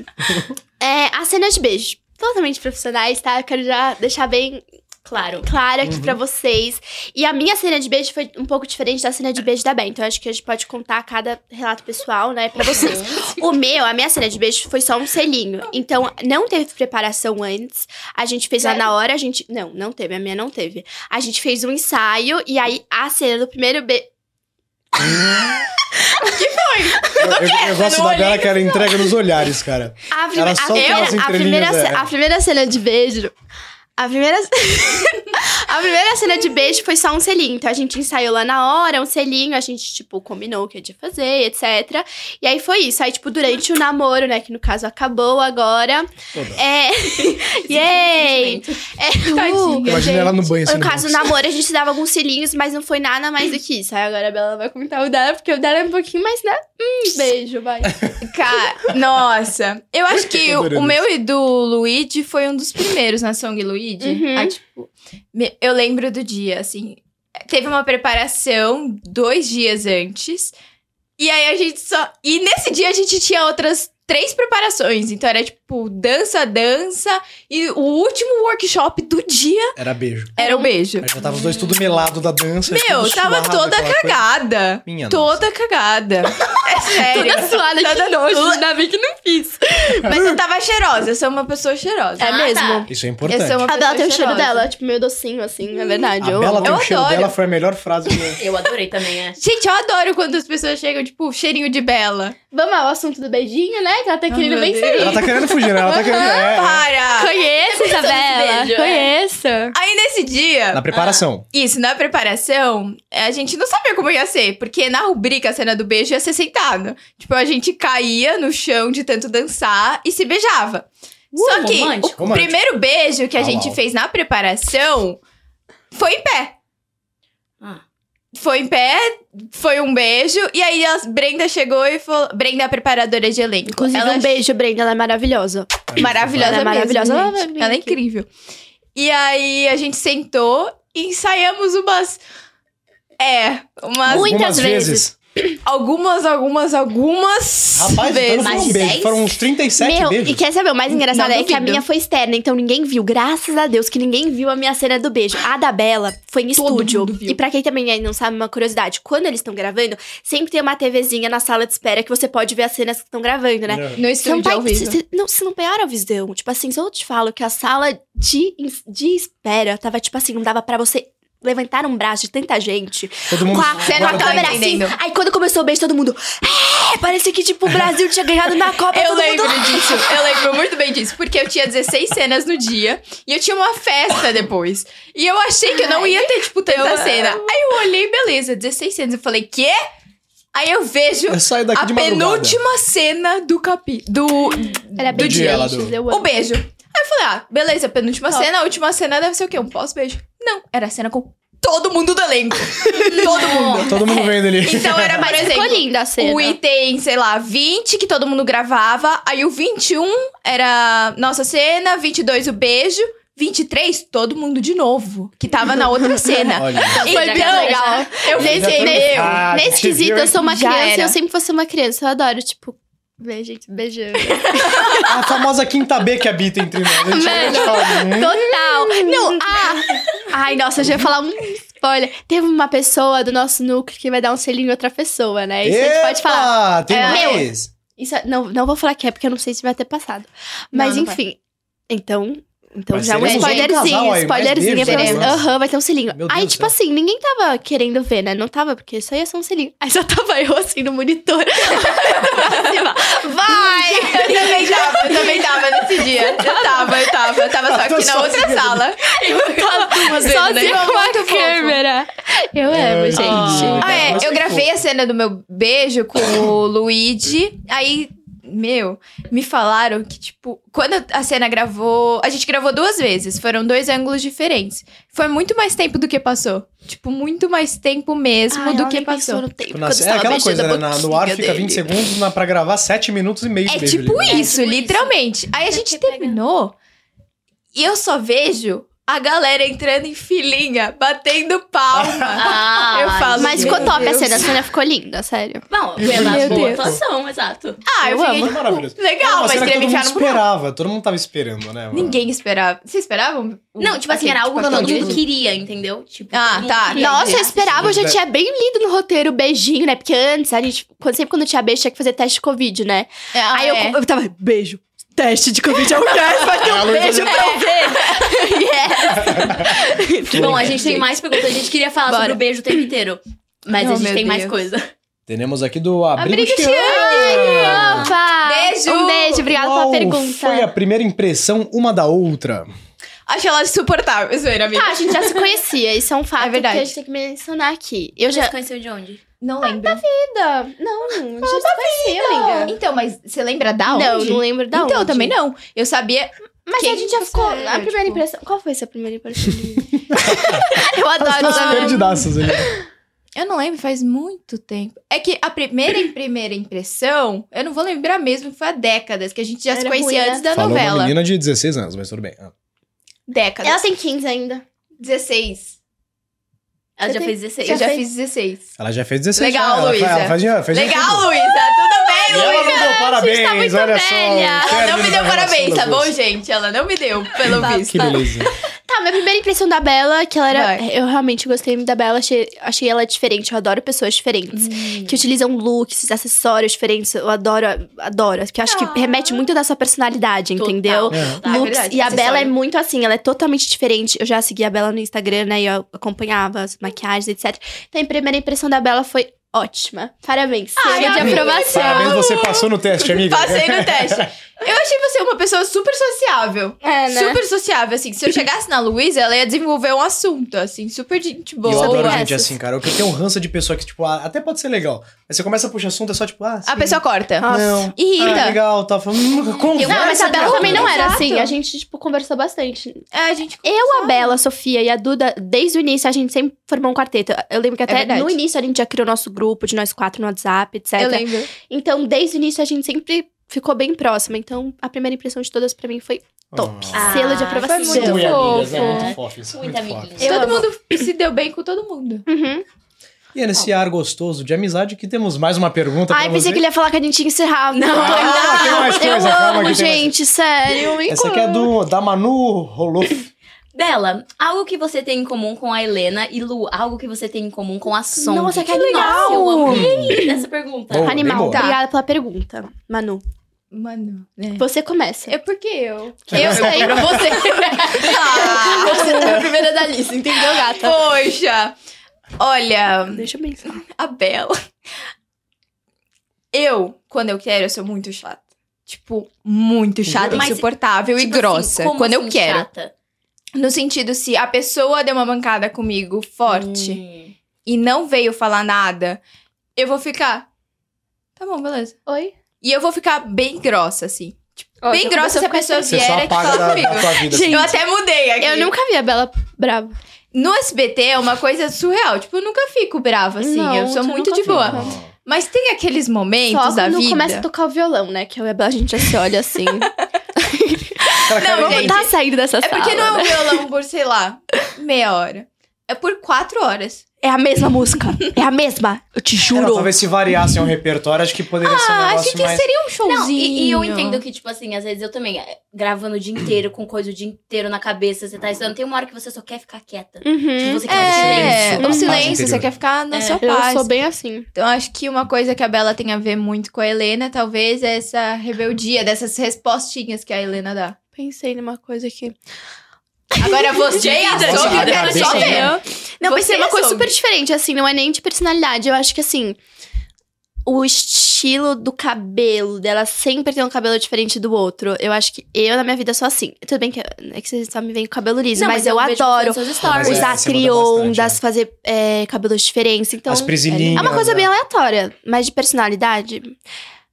C: é, as cenas de beijo. Totalmente profissionais, tá? Eu quero já deixar bem
A: Claro.
C: claro aqui pra vocês. E a minha cena de beijo foi um pouco diferente da cena de beijo da Ben. Então eu acho que a gente pode contar cada relato pessoal, né, pra vocês. o meu, a minha cena de beijo foi só um selinho. Então não teve preparação antes. A gente fez lá na hora, a gente. Não, não teve, a minha não teve. A gente fez um ensaio e aí a cena do primeiro beijo.
B: Eu, eu, eu gosto da Bela que ela entrega nos olhares, cara.
C: A, prime-
B: Ela
C: a-
B: solta
C: eu-
B: umas
C: a
B: entrelinhas,
C: primeira, ce- [laughs]
B: é.
C: a primeira cena de beijo. A primeira. A primeira cena de beijo foi só um selinho. Então a gente ensaiou lá na hora, um selinho, a gente, tipo, combinou o que ia de fazer, etc. E aí foi isso. Aí, tipo, durante o namoro, né? Que no caso acabou agora. É. Yay! É, uh,
B: Imagina ela no banho assim.
C: no caso, do namoro, a gente dava alguns selinhos, mas não foi nada mais do que isso. Aí agora a Bela vai comentar o dela, porque o dela é um pouquinho mais, né? Hum, beijo, vai.
E: Cara, nossa. Eu acho que
B: [laughs] Adorei
E: o, o
B: isso.
E: meu e do Luigi foi um dos primeiros na Song Luigi.
C: Uhum.
E: Ah, tipo, me- eu lembro do dia, assim. Teve uma preparação dois dias antes. E aí a gente só. E nesse dia a gente tinha outras três preparações. Então era tipo dança, dança. E o último workshop do dia
B: Era beijo.
E: era
C: Uhum.
E: o beijo.
B: Aí já tava os dois tudo melado da dança.
E: Meu,
B: tudo
E: tava
B: suado,
E: toda
B: aquela coisa.
E: cagada.
B: Minha
E: toda cagada. É sério.
C: Toda suada, que nojo. Ainda bem que não fiz.
E: Mas eu tava cheirosa, eu sou uma pessoa cheirosa.
C: É
A: Ah,
C: mesmo.
B: Isso é
E: Eu
B: importante.
E: sou uma
C: A
E: pessoa
C: Bela tem o cheiro
E: cheirosa.
C: dela, tipo, meio docinho, assim, é verdade.
B: A
C: eu
B: Bela
C: amo.
B: tá- tem o
E: Eu
B: cheiro
E: adoro.
B: dela, foi a melhor frase que
A: [laughs]
B: eu...
A: Eu adorei também é. essa.
E: Gente, eu adoro quando as pessoas chegam, tipo, cheirinho de Bela.
C: Vamos ao assunto do beijinho, né? Que ela tá querendo
E: meu
C: bem
E: Deus.
C: sair.
B: Ela tá querendo fugir, né? Ela tá querendo... é, é.
E: Para!
C: Conheço, Isabela.
A: beijo, é.
C: Conheço.
E: Aí nesse dia,
B: é. Na preparação.
E: isso, na preparação, a gente não sabia como ia ser, porque na rubrica a cena do beijo ia ser sentado. Tipo, a gente caía no chão de tanto dançar e se beijava. Só que
A: romântico.
E: o primeiro beijo que a
B: Ah,
E: gente
B: uau.
E: fez na preparação foi em pé.
A: Ah.
E: Foi em pé, foi um beijo, e aí a Brenda chegou e falou. Brenda é a preparadora de elenco.
C: Inclusive,
E: ela
C: um beijo, Brenda. Ela é maravilhosa.
E: Maravilhosa,
C: Ela é
E: mesmo,
C: maravilhosa.
E: gente.
C: Ela vai vir
E: Ela é
C: aqui.
E: incrível. E aí a gente sentou e ensaiamos umas. É, umas.
A: Muito.
B: Algumas
A: muitas vezes.
E: Algumas, algumas, algumas.
B: Rapaz, então
E: vezes.
B: não
A: Mais
B: foi um
A: de
B: beijo.
A: dez?
B: Foram uns 37
C: Meu,
B: beijos.
C: e quer saber, o mais engraçado
E: Não
C: é que a
E: duvido.
C: minha foi externa, então ninguém viu. Graças a Deus que ninguém viu a minha cena do beijo. A da Bela foi em
E: Todo
C: estúdio.
E: mundo viu.
C: E pra quem também aí não sabe, uma curiosidade: quando eles estão gravando, sempre tem uma TVzinha na sala de espera que você pode ver as cenas que estão gravando, né?
B: É.
E: No
C: Você não,
E: estúdio
C: tá,
E: ao
C: você,
E: vivo.
C: você, não, você não pegaram a visão. Tipo assim, se eu te falo que a sala de, de espera tava, tipo assim, não dava pra você levantar um braço de tanta gente.
B: Todo
C: Com
B: mundo...
C: a,
E: Você
C: com a
E: não tá
C: câmera assim.
E: entendendo.
C: Aí quando começou o beijo, todo mundo. "É!" Parecia que, tipo, o Brasil tinha ganhado na Copa.
E: Eu
C: Tá todo
E: lembro
C: mundo,
E: disso, eu lembro muito bem disso, porque eu tinha 16 cenas no dia e eu tinha uma festa depois. E eu achei que eu não ia ter, tipo, tanta cena. Aí eu olhei, beleza, 16 cenas. Eu falei, quê? Aí eu vejo
B: Eu saio daqui
E: a
B: de madrugada.
E: penúltima cena do capi... do,
C: Era
E: do
C: bem
B: dia, ela
C: gente,
B: do-
C: eu
E: O
C: amo.
E: beijo. Aí eu falei, ah, beleza, penúltima
C: Top.
E: cena, a última cena deve ser o quê? Um pós-beijo. Não, era a cena com todo mundo do
C: [laughs]
E: elenco. todo mundo.
B: Todo mundo vendo ali.
E: Então era, por
C: Ficou
E: exemplo,
C: linda a cena.
E: o item, sei lá, 20 que todo mundo gravava. Aí o 21 era nossa cena, 22 o beijo, 23 todo mundo de novo, que tava na outra [laughs] cena.
B: Olha.
A: Foi
E: então,
A: bem legal.
E: eu
C: Nesse-
E: fiquei,
C: nesse-
E: meu,
B: Ah,
C: Nesse
B: te viu,
C: quesito,
B: hein?
C: eu sou uma
E: Já
C: criança e
E: era.
C: eu sempre vou ser uma criança. Eu adoro, tipo, ver gente beijando.
B: A famosa quinta B que habita entre nós. A gente vai
C: Velho.
B: te falar,
C: Então,
B: hum,
C: Total.
E: [laughs]
C: Não, ah! Ai, nossa, eu já ia falar um spoiler. Teve uma pessoa do nosso núcleo que vai dar um selinho em outra pessoa, né? Isso a gente pode falar.
B: falar. Tem
C: É,
B: mais.
C: Isso, não, não vou falar que é, porque eu não sei se vai ter passado. Mas,
E: não vai.
C: enfim. Então... Então
B: Mas
C: já um
B: seremos um casal
C: spoilerzinho,
B: aí, mais
C: spoilerzinho.
B: beijos,
C: pra
B: né?
C: vocês. Aham, vai ter um selinho.
B: Meu
C: Aí,
B: Deus do
C: tipo assim, ninguém tava querendo ver, né? Não tava, porque só ia ser um selinho. Aí só tava eu, assim, no monitor. [laughs] vai!
E: [laughs] Eu também tava, eu também tava nesse dia. Eu tava, eu tava. Eu tava só
B: Eu tô
E: aqui na outra
B: sozinha.
E: sala.
C: Sozinha
E: Tá né?
C: com
E: Muito
C: a
E: fofo.
C: câmera. Eu amo,
B: Ai,
C: gente.
E: Ah, é,
B: Mas
E: eu
B: foi
E: gravei a cena do meu beijo com o Luigi. Aí, meu, me falaram que, tipo, quando a cena gravou. A gente gravou duas vezes, foram dois ângulos diferentes. Foi muito mais tempo do que passou. Tipo, muito mais tempo mesmo
C: Ai,
E: do
C: ela
E: que
C: nem pensou
E: passou.
C: no tempo,
B: Na-
C: quando
B: é
C: tava
B: aquela
C: beijando
B: coisa,
C: a
B: né? Na- no
C: boquinha
B: ar fica
C: dele.
B: 20 segundos, na, pra gravar 7 minutos e meio de
E: É
B: beijo.
E: tipo
B: ali.
E: isso, literalmente. Aí a gente terminou e eu só vejo a galera entrando em filinha, batendo [laughs] palma.
A: Ah,
E: Eu falo,
C: Mas
E: Meu
C: ficou top
E: Deus.
C: a cena, a cena ficou linda, sério.
A: Bom, pela
E: Meu
A: boa
E: Deus.
A: atuação, exato.
E: ah,
C: Eu
E: eu, fiquei
B: Foi
E: tipo,
B: Tá maravilhoso. Era
E: legal,
B: uma
E: mas
B: cena
E: queria
B: que
E: me
B: todo mundo
E: enfiar no buraco.
B: esperava. Todo mundo tava esperando, né? mano?
E: Ninguém esperava. Vocês esperavam? o-
A: Não, tipo assim,
E: aquele
A: era algo que
E: aquele
A: todo mundo
E: beijo?
A: queria, entendeu? Tipo,
E: Ah,
A: todo mundo
E: tá.
A: queria
C: Nossa, é eu
A: ver.
C: esperava, eu já tinha bem lido no roteiro o beijinho, né? Porque antes, a gente, quando- sempre quando tinha beijo, tinha que fazer teste de Covid, né?
E: É, ah,
C: Aí
E: é. [laughs]
C: eu, eu tava, beijo, teste de Covid, eu [laughs] quero, vai ter
B: A
C: um
B: Luísa
C: beijo pra eu ver.
A: Bom, a gente tem mais perguntas. A gente queria falar sobre
E: Bora.
A: o beijo o tempo inteiro. Mas
E: Oh,
A: a gente
E: meu
A: tem mais
E: Deus.
A: coisa.
B: Temos aqui do Abrigo
E: Abrigo
B: Chiano.
C: Opa!
E: Beijo!
C: Um beijo, obrigada
B: Qual
C: pela pergunta.
B: foi a primeira impressão uma da outra?
E: Acho ela insuportável, zoeira, amiga.
C: Tá, a gente já se conhecia, isso é um fato
E: É verdade.
C: que a gente tem que mencionar aqui. Eu já. Ah,
A: se conheceu de onde?
E: Não lembro.
C: Não, não, já se conhecia, amiga.
E: Então, mas você lembra da onde?
C: Não, não lembro da
E: então,
C: onde.
E: eu também não. Eu [laughs] sabia...
C: Mas
E: Quem
C: a gente já
E: você
C: ficou.
E: era,
C: a primeira
E: tipo?
C: impressão. Qual foi a sua primeira impressão? de mim? eu adoro
B: As
C: saber.
B: perdidaças ali.
E: Eu não lembro, faz muito tempo. É que a primeira em primeira impressão, eu não vou lembrar mesmo, foi há décadas, que a gente já se
C: Era
E: conhecia
C: ruim, né?
E: antes da
B: Falou uma
E: novela.
B: menina de 16 anos, mas tudo bem. Ah.
E: Décadas.
C: Ela tem 15 ainda.
E: 16.
A: Ela
C: Você
A: já
C: tem-
A: fez 16.
E: eu já
C: fez-
E: fiz 16.
B: Ela já fez 16
E: Legal,
B: já. ela, fa-
E: Luísa.
B: Ela faz, ela faz
E: Legal,
B: 18.
E: Luíza! Tudo bem,
B: E ela
E: Luísa?
B: não deu parabéns,
A: tá
B: olha
A: muito
B: só.
A: velha.
B: o
E: Ela não
B: término da
E: me deu
B: relação
E: parabéns,
B: das
E: tá bom,
B: duas.
E: gente? Ela não me deu, pelo
B: [laughs]
E: visto.
B: Que beleza.
C: Tá, minha primeira impressão da Bela, que ela era.
E: Vai.
C: Eu realmente gostei muito da Bela, achei, achei ela diferente. Eu adoro pessoas diferentes.
E: Hum.
C: Que utilizam looks, acessórios diferentes. Eu adoro, adoro. Porque eu acho que remete muito da sua personalidade, entendeu?
B: É.
E: Ah, é
C: looks.
E: verdade,
C: e a
E: acessório.
C: Bela é muito assim, ela é totalmente diferente. Eu já segui a Bela no Instagram, né? E eu acompanhava as maquiagens, etc. Então, a primeira impressão da Bela foi ótima. Parabéns.
E: Ah,
C: Chega de
E: amiga.
C: aprovação.
B: Parabéns, você passou no teste, amiga. É.
E: Passei no teste. Eu achei você uma pessoa super sociável.
C: É, né?
E: Super sociável, assim. Se eu chegasse na Luísa, ela ia desenvolver um assunto, assim, super de gente
B: E
E: boa.
B: eu adoro
C: Essas.
B: gente assim, cara. Eu tenho um ranço de pessoa que, tipo, ah, até pode ser legal. Mas você começa a puxar assunto, é só tipo, ah,
E: A
B: sim,
E: pessoa corta.
B: Não.
E: Irrita.
B: Ah, legal, tá falando. Hum, como?
C: Não, mas a Bela também não era
E: Exato.
C: assim. A gente, tipo, conversou bastante.
E: É, a gente.
C: Eu, a Bela, a Sofia e a Duda, desde o início, a gente sempre formou um quarteto. Eu lembro que até
E: É verdade.
C: no início a gente já criou nosso grupo de nós quatro no WhatsApp, etc.
E: Eu lembro.
C: Então, desde o início, a gente sempre ficou bem próxima. Então, a primeira impressão de todas pra mim foi top.
A: Ah,
C: Selo de
A: foi
C: aprovação.
E: muito
B: Ui, amigas, é
E: fofo.
B: muito fofo isso.
A: Muito
B: muito
A: amiguinha.
B: fofo.
C: Eu
E: todo
C: amo.
E: mundo se deu bem com todo mundo.
C: Uhum.
B: E é nesse ar gostoso de amizade que temos mais uma pergunta
C: Ai,
B: pra
C: pensei
B: você.
C: que ele ia falar que a gente ia encerrar. Não,
B: Ah, tem mais
C: eu
B: coisa, calma
C: amo,
B: que tem mais-
C: gente, sério.
B: Essa aqui é do, da Manu Roloff.
A: Dela, algo que você tem em comum com a Helena e Lu, algo que você tem em comum com a Som.
C: Nossa,
E: é
C: que
A: Nossa, eu
C: legal!
A: amei essa pergunta. Tipo
B: Boa. Bem
C: Animal,
B: boa.
C: obrigada pela pergunta. Manu,
E: Mano, né?
C: você começa.
E: É porque eu.
C: Eu sei.
B: [laughs]
E: você. ah,
C: Você tá a primeira da lista, entendeu, gata?
E: poxa. Olha,
C: Deixa eu pensar.
E: a Bela. Eu, quando eu quero, eu sou muito chata. Tipo, muito chata,
A: Mas,
E: insuportável
A: Tipo
E: e
A: assim,
E: grossa.
A: como
E: quando eu
A: assim,
E: quero.
A: chata?
E: No sentido, se a pessoa deu uma bancada comigo forte
A: Hum.
E: e não veio falar nada, eu vou ficar. Tá bom, beleza.
C: Oi?
E: E eu vou ficar bem grossa, assim.
C: Ó,
E: bem
C: já
E: grossa se a pessoa
B: Você
E: vier
B: só
E: aqui
B: apaga
E: falar
B: da,
E: comigo.
B: da tua vida. assim.
C: Gente,
E: Eu até mudei aqui.
C: Eu nunca vi a Bela brava.
E: No SBT é uma coisa surreal. Tipo, eu nunca fico brava, assim.
C: Não,
E: eu sou
C: você
E: muito
C: nunca
E: de boa.
C: fica.
E: Mas tem aqueles momentos
C: Só
E: da
C: quando
E: vida.
C: começa a tocar o violão, né? Que eu e a Bela, a gente já se olha [laughs] assim.
B: Cara,
E: Não,
B: cara,
C: Vamos
E: gente,
C: tá saindo dessa
E: É
C: sala.
E: porque não é um violão por, sei lá, meia hora. É por quatro horas.
C: É a mesma música. É a mesma. Eu te
B: cara,
C: juro.
B: talvez se variassem o repertório, acho que poderia ser um
E: Ah,
B: negócio
E: achei que
B: mais...
E: seria um showzinho.
A: Não, e, e eu entendo que, tipo assim, às vezes eu também, eh, gravando o dia inteiro, com coisa o dia inteiro na cabeça, você tá estudando, tem uma hora que você só quer ficar quieta. Tipo,
C: Uhum.
A: você quer
E: É,
B: Silêncio, a
E: o
B: paz
E: silêncio, você
B: interior.
E: quer ficar na
A: É.
E: sua
C: Eu
E: paz.
C: sou bem assim.
E: Então, acho que uma coisa que a Bela tem a ver muito com a Helena, talvez, é essa rebeldia, dessas respostinhas que a Helena dá.
C: Pensei numa coisa aqui.
E: Agora você
A: Gente,
C: Ah,
E: ainda
B: nossa,
E: soube, eu
B: cara,
E: quero só
B: deixa
E: ver.
C: Não,
E: Você
C: pensei uma coisa
E: soube.
C: super diferente, assim. Não é nem de personalidade. Eu acho que, assim... O estilo do cabelo dela sempre tem um cabelo diferente do outro. Eu acho que eu, na minha vida, sou assim. Tudo bem que, é que você só me vem com cabelo liso, mas, eu,
A: vejo
C: adoro
A: suas
B: Mas
A: stories.
B: é,
C: usar
B: você muda
C: criondas,
B: bastante,
C: fazer é, cabelos diferentes. Então,
B: As presilhinhas.
C: É uma coisa bem aleatória, mas de personalidade.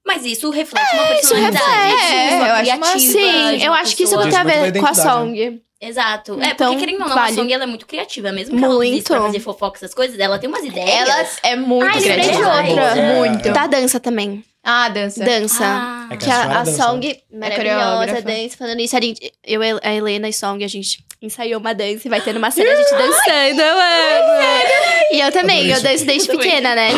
A: Mas isso reflete uma personalidade.
C: reflete, É,
A: isso,
E: É, eu
A: uma
E: acho uma-
A: criativa
E: Diva
C: Sim,
A: de
C: assim, eu
A: uma
C: acho que isso
A: pessoa.
C: não tem a
B: Diz muito
C: ver
B: da
C: com a
B: identidade, né?
C: Song.
A: Exato. é,
C: Então,
A: porque querendo ou não,
C: vale.
A: a Song ela é muito criativa. Mesmo que ela use isso pra
C: Muito.
A: fazer fofoca, essas coisas, ela tem umas ideias.
E: Ela é muito
C: Ai, lembrei de
E: criativa.
C: outra.
E: Muito.
C: Da dança também.
E: Ah, dança.
C: Dança.
A: Ah, [laughs]
B: É
C: Que a, a
B: dança,
C: Song,
E: coreógrafa.
C: maravilhosa, dança, falando isso, a gente, eu, a Helena e Song, a gente ensaiou uma dança e vai ter numa cena a gente dançando, mano. E eu também,
B: Adorei
C: eu
B: isso.
C: danço desde
A: Eu também.
C: pequena, né?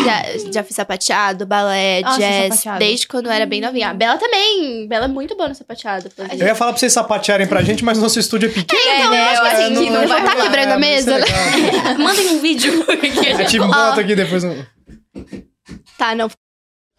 C: Já, já fiz sapateado, balé,
E: Nossa,
C: jazz,
E: sapateado.
C: desde quando eu era bem novinha. A Bela também, Bela é muito boa no sapateado. inclusive.
B: Eu ia falar pra vocês sapatearem pra gente, mas nosso estúdio é pequeno.
E: É, né, eu acho
C: assim,
E: que
C: não vai
E: não vai
C: tá
E: rolar.
C: quebrando a
B: mas isso é
C: mesa,
B: legal.
A: Mandem um vídeo. que a
B: A
A: gente-
B: gente bota aqui depois. um-
C: Tá, não.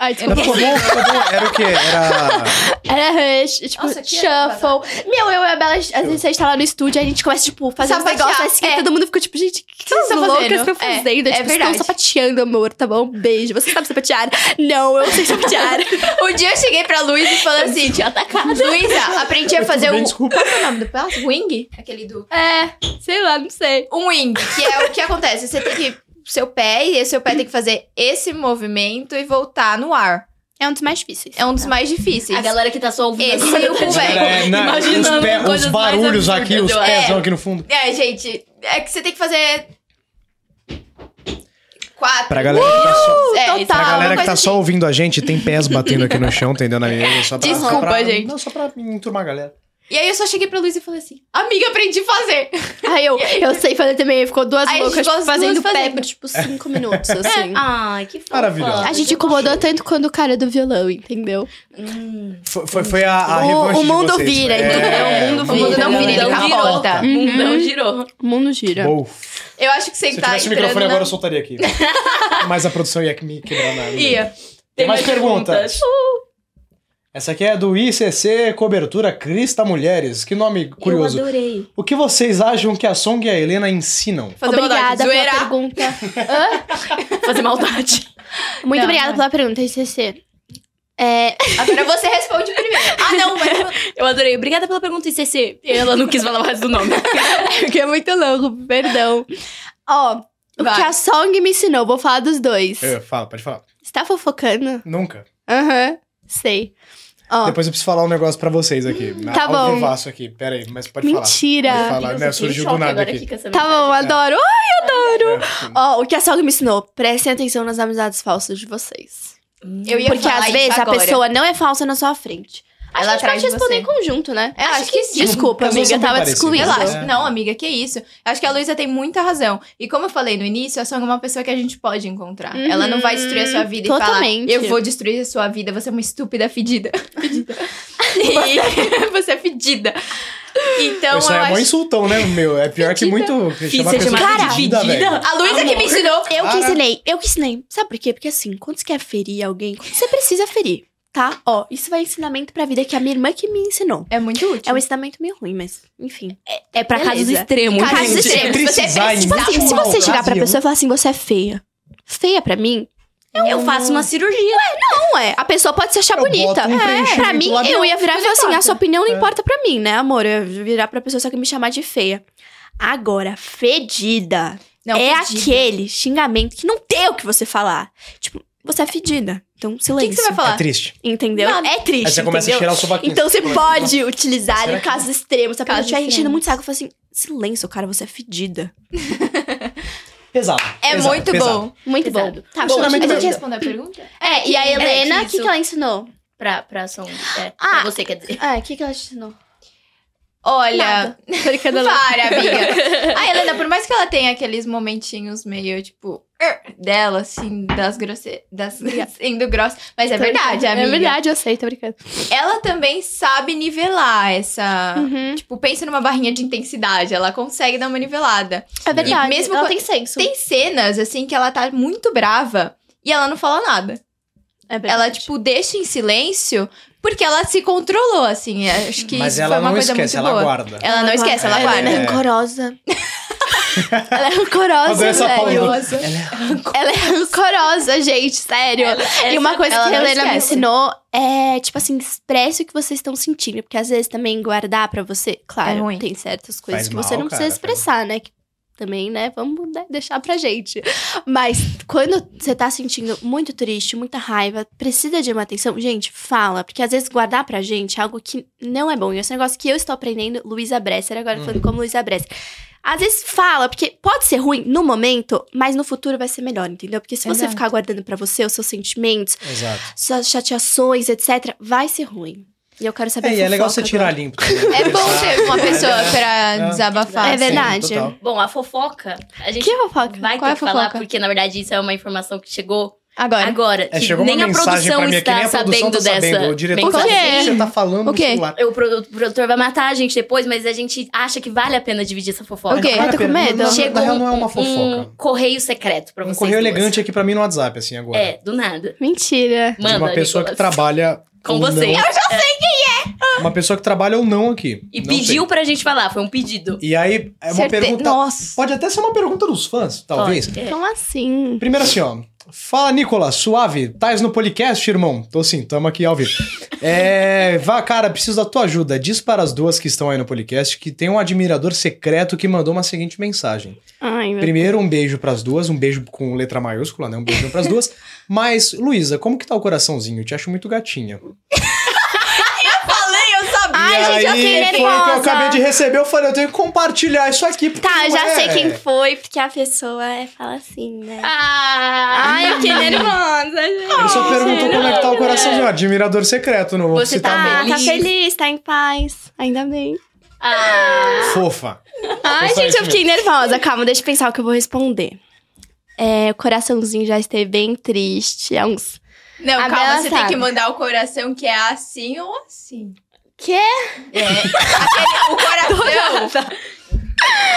C: Ai,
B: Não,
C: desculpa.
B: ficou bom, ficou bom. Era o quê? Era.
C: Era rush, tipo,
E: Nossa, que
C: shuffle. Meu, eu e a Bela, às vezes a gente tá lá no estúdio, aí a gente começa, tipo, fazer uns
E: Sapatear,
C: negócios assim,
E: é.
C: e todo mundo ficou, tipo, gente, o que vocês estão
E: vocês tão
C: loucas que
E: fazendo?
C: estão
E: É,
C: fazendo? tipo,
E: é
C: vocês estão
E: verdade.
C: sapateando, amor, tá bom? Beijo. Você sabe sapatear? Não, eu não sei sapatear.
E: Um dia eu cheguei pra Luísa [laughs] e falei assim:
A: Te atacado.
E: Luísa, aprendi a
B: Mas
E: fazer
B: tudo bem,
E: um.
B: desculpa.
E: Qual que é o nome do pedaço? Wing? Aquele do.
C: [laughs] é, sei lá, não sei.
E: Um wing, que é o que acontece. Você tem que. Seu pé, e esse seu pé tem que fazer esse movimento e voltar no ar.
C: É um dos mais difíceis.
E: É um dos mais difíceis.
A: A galera que tá só ouvindo.
E: Esse
A: agora
E: é o
A: tá, tipo,
E: velho.
B: É, na- os,
A: imaginando
B: pé- os
A: coisas mais
B: barulhos
A: absurdas,
B: aqui, os
A: eu acho.
B: pés aqui no fundo.
E: É, gente, é que você tem que fazer. Quatro.
B: Pra galera que tá só.
E: É,
C: total.
E: isso é
B: Pra
E: uma
B: galera que
E: coisa
B: tá só ouvindo a gente, tem pés batendo aqui no chão, entendeu? Na mesa, só pra,
E: Desculpa,
B: só pra-
E: gente.
B: Não, só pra enturmar a galera.
E: assim. E aí eu só cheguei pra Luiz e falei assim: Amiga, aprendi a fazer.
C: Aí eu, eu sei fazer também, ficou duas
E: Aí a gente
C: loucas,
E: ficou
C: tipo,
E: as
C: fazendo
E: duas
C: pé
E: fazendo.
C: por, tipo, cinco [laughs] minutos, assim.
A: Ai, que fofa.
B: Maravilhoso.
C: A gente incomodou tanto quanto o cara do violão, entendeu?
A: Hum.
B: Foi, foi, foi a, a
C: O-
B: revanche
C: o
B: de
C: mundo
B: vocês.
C: vira,
B: É,
C: entendeu?
A: O mundo vira.
E: não vira, ele
A: Mundão
E: capota.
A: O mundão girou.
C: O mundo gira.
B: Bom,
E: Eu acho que
B: se eu
E: sentar
B: tivesse o
E: tá entrando.
B: microfone
E: na-
B: agora, eu soltaria aqui. [laughs] Mas a produção ia me quebrar na
E: Ia.
B: Tem mais perguntas? Essa aqui é do ICC Cobertura Crista Mulheres. Que nome curioso. [laughs]
A: Eu adorei.
B: O que vocês acham que a Song e a Helena ensinam?
E: Fazer
C: obrigada
E: maldade,
C: pela
E: zoeirar.
C: pergunta.
A: Fazer maldade.
C: Muito
E: Não,
C: obrigada
E: não é.
C: pela pergunta,
E: [laughs]
C: ICC. É,
E: Agora você responde primeiro. Ah, não, mas.
A: Eu adorei. Obrigada pela pergunta, ICC. Ela não quis falar mais do nome.
C: porque é muito louco, perdão. [laughs] Ó, o
E: Vai.
C: que a Song me ensinou, vou falar dos dois.
B: Eu, É, fala, pode falar.
C: Você tá fofocando?
B: Nunca.
C: Aham, sei. Ó,
B: Depois eu preciso falar um negócio pra vocês aqui.
C: Tá
B: ao
C: bom.
B: vivaço aqui. Pera aí, mas pode
C: mentira.
B: falar. Pode falar, né? Surgiu do nada aqui.
C: Tá bom, adoro.
B: É.
C: Ó, o que a Song me ensinou, prestem atenção nas amizades falsas de vocês.
E: Eu ia
C: Porque
E: falar
C: às
E: isso
C: vezes
E: agora.
C: a pessoa não é falsa na sua frente. A
E: Ela
C: gente
E: atrás
C: pode
E: de
C: responder
E: você.
C: em conjunto, né?
E: É, acho que sim.
C: Desculpa,
B: As
C: amiga,
B: duas são bem
C: tava te
B: parecidas.
C: excluindo.
E: Relaxa.
B: É.
E: Não, amiga, que isso. Acho que a Luísa tem muita razão. E como eu falei no início, a Song é uma pessoa que a gente pode encontrar.
C: Uhum.
E: Ela não vai destruir a sua vida
C: Totalmente.
E: e falar: Eu vou destruir a sua vida, você é uma
C: [laughs]
E: estúpida fedida. [laughs] E você é fedida. Então
B: Isso aí
E: eu
B: é
E: acho.
B: mó insultão, né, meu? É pior que muito. que Chama a
A: Você
B: pessoa
A: chamar
B: de
A: ela de
B: fedida, velho.
A: fedida?
E: A Luísa que me ensinou.
C: Eu
B: Cara.
C: que ensinei, eu que ensinei. Sabe por quê? Porque assim, quando você quer ferir alguém, quando você precisa ferir, tá? Ó, isso vai ensinamento pra vida que a minha irmã que me ensinou.
E: É muito útil.
C: É um ensinamento meio ruim, mas enfim. É, pra
A: Casos
C: casos extremos.
A: extremos.
E: Casos
C: Casos
A: gente.
E: extremos.
B: Se
E: Você
B: precisar, em
E: precisa-
C: Tipo assim, se
B: uma
C: você chegar pra
B: ocasião-
C: pessoa e falar assim, você é feia. Feia pra mim?
A: Eu faço uma cirurgia.
C: Não é. A pessoa pode se achar
B: Eu
C: bonita.
B: boto um
C: é.
B: preenchimento
C: Pra mim,
B: labial,
C: eu ia virar e
E: não
C: falar assim,
E: importa.
C: a sua opinião não
B: É.
C: importa pra mim, né, amor? Eu ia virar pra pessoa só que me chamar de feia. Agora, fedida.
E: Não,
C: é
E: fedida.
C: aquele xingamento que não tem o que você falar. Tipo, você é fedida. Então,
E: O
C: silêncio.
E: que, que você vai falar?
B: É triste.
C: Entendeu?
E: Nada.
C: É triste.
B: Aí você começa a
C: entendeu?
B: cheirar o sovaquinho.
C: Então você
B: Começa-
C: pode utilizar
B: Será
C: em
B: que-
C: casos extremos. Se a pessoa
E: Casos
C: estiver enchendo
E: extremos.
C: muito saco, eu falo assim: silêncio, cara, você é fedida.
B: Pesado.
E: É
B: pesado,
E: muito
B: pesado.
E: bom.
C: Muito
A: Pesado.
C: bom. Tá,
B: Bom, é
C: chama
E: A
B: mas
C: de
E: gente
C: novo.
E: responde a pergunta?
C: É, e a
A: É,
C: Helena, o
A: que
C: que, que
A: isso-
C: ela ensinou?
A: Pra, pra som. É, pra
C: Ah.
A: você, quer dizer.
C: É, o que, que ela ensinou?
E: Olha.
C: Nada. Tô brincando, não. [laughs]
E: Para, amiga. A Helena, por mais que ela tenha aqueles momentinhos meio, tipo, "Er", dela, assim, das grosseiras, das [laughs] sendo grossa. Mas é
C: Tô
E: verdade,
C: brincando.
E: amiga.
C: É verdade, eu sei, tô brincando.
E: Ela também sabe nivelar essa.
C: Uhum.
E: Tipo, pensa numa barrinha de intensidade. Ela consegue dar uma nivelada.
C: É verdade.
E: mesmo
C: ela
E: com-
C: tem senso.
E: Tem cenas, assim, que ela tá muito brava e ela não fala nada.
C: É verdade.
E: Ela, tipo, deixa em silêncio porque ela se controlou, assim. Eu Acho que
B: Mas
E: isso
B: ela
E: foi uma
B: não
E: coisa
B: esquece,
E: muito
B: ela
E: boa.
B: guarda.
E: Ela não esquece, ela
B: Ela
E: guarda.
C: Ela é
B: É.
C: rancorosa. [laughs] ela é rancorosa,
B: Adoro essa pausa.
C: velho.
E: Maravilhosa.
C: Ela é rancorosa, gente, sério. e uma coisa
E: ela
C: que a
E: não
C: Helena me
E: esquece.
C: ensinou é, tipo assim, expresse o que vocês estão sentindo. Porque às vezes também guardar pra você, claro,
E: É ruim.
C: tem certas coisas
B: Faz
C: que você
B: mal,
C: não precisa
B: cara, faz
C: expressar, né? Que também, né? Vamos né, deixar pra gente. Mas quando você tá sentindo muito triste, muita raiva, precisa de uma atenção, gente, fala. Porque às vezes guardar pra gente é algo que não é bom. E esse negócio que eu estou aprendendo, Luísa Bresser, agora
B: Hum.
C: falando como Luísa Bresser. Às vezes fala, porque pode ser ruim no momento, mas no futuro vai ser melhor, entendeu? Porque se você
E: Exato.
C: ficar guardando pra você os seus sentimentos,
B: Exato.
C: suas chateações, etc, vai ser ruim. E eu quero saber
B: É, e é
C: fofoca
B: legal você
C: agora.
B: tirar limpo.
E: É bom ter uma pessoa pra
B: É.
E: desabafar.
C: É
E: assim.
C: verdade.
A: Bom, a fofoca, a gente
C: Que fofoca?
A: vai
E: Qual
A: ter
E: é a
A: que falar,
E: fofoca?
A: porque na verdade isso é uma informação que chegou
E: Agora.
A: Agora,
B: É,
A: que
B: chegou
A: nem
B: uma
A: a
B: mensagem
A: produção
B: pra mim aqui, nem
A: está
B: a produção tá
A: sabendo dessa. é?
B: sabendo. O diretor tá
E: mensagem.
B: sabendo que você tá falando
E: O quê?
B: no celular.
A: O produ- o produtor vai matar a gente depois, mas a gente acha que vale a pena dividir essa fofoca.
E: O quê?
B: Vale a
E: Ai, tô com
B: pena.
E: medo.
B: Não, não,
A: Chegou
B: na real, não é
A: um-
B: uma fofoca.
A: um correio secreto pra
B: Um
A: vocês
B: correio
A: duas.
B: elegante aqui pra mim no WhatsApp, assim, agora.
A: É, do nada.
C: Mentira.
B: De
A: Manda,
B: uma pessoa que
A: Nicolas.
B: trabalha... um
A: Com
B: ou
A: você.
B: não. Uma pessoa que trabalha ou não aqui.
A: E
B: Não
A: pediu pra gente falar, foi um pedido.
B: sei. E aí, é uma
E: Certe-
B: pergunta...
E: Nossa.
B: Pode até ser uma pergunta dos fãs, talvez.
A: Pode. É.
C: Então assim.
B: Primeiro assim, ó. Fala, Nicolas, suave. Tais no podcast, irmão? Tô sim, tamo aqui ao vivo. É, vá, cara, preciso da tua ajuda. Diz para as duas que estão aí no podcast que tem um admirador secreto que mandou uma seguinte mensagem.
C: Ai, meu
B: Primeiro, um beijo pras duas, um beijo com letra maiúscula, né? Um beijão pras
C: [laughs]
B: duas. Mas, Luísa, como que tá o coraçãozinho? Eu te acho muito gatinha.
E: Falei, eu sabia.
C: Ai,
B: e
C: gente, eu fiquei
B: aí, foi o que eu
C: nervosa.
B: acabei de receber, eu falei, eu tenho que compartilhar isso aqui. porque
C: Tá,
B: não
C: já
B: é-
C: sei quem foi, porque a pessoa é, fala assim, né?
A: Ah,
C: Ai, eu fiquei nervosa, gente.
B: Ele só perguntou como é que tá o coraçãozinho. Admirador secreto, não vou
A: Você
B: citar
A: tá
B: nome.
C: Ah, tá
A: Feliz.
C: feliz, tá em paz. Ainda bem.
A: ah.
B: Fofa.
C: Ai,
B: Foi só
C: gente, eu
B: isso
C: fiquei nervosa. Calma, deixa eu pensar o que eu vou responder. É, o coraçãozinho já esteve bem triste. É uns.
E: Não,
C: A
E: calma,
C: Bela
E: você
C: sabe.
E: tem que mandar o coração que é assim ou assim.
C: Quê?
E: O
C: [laughs]
E: coração.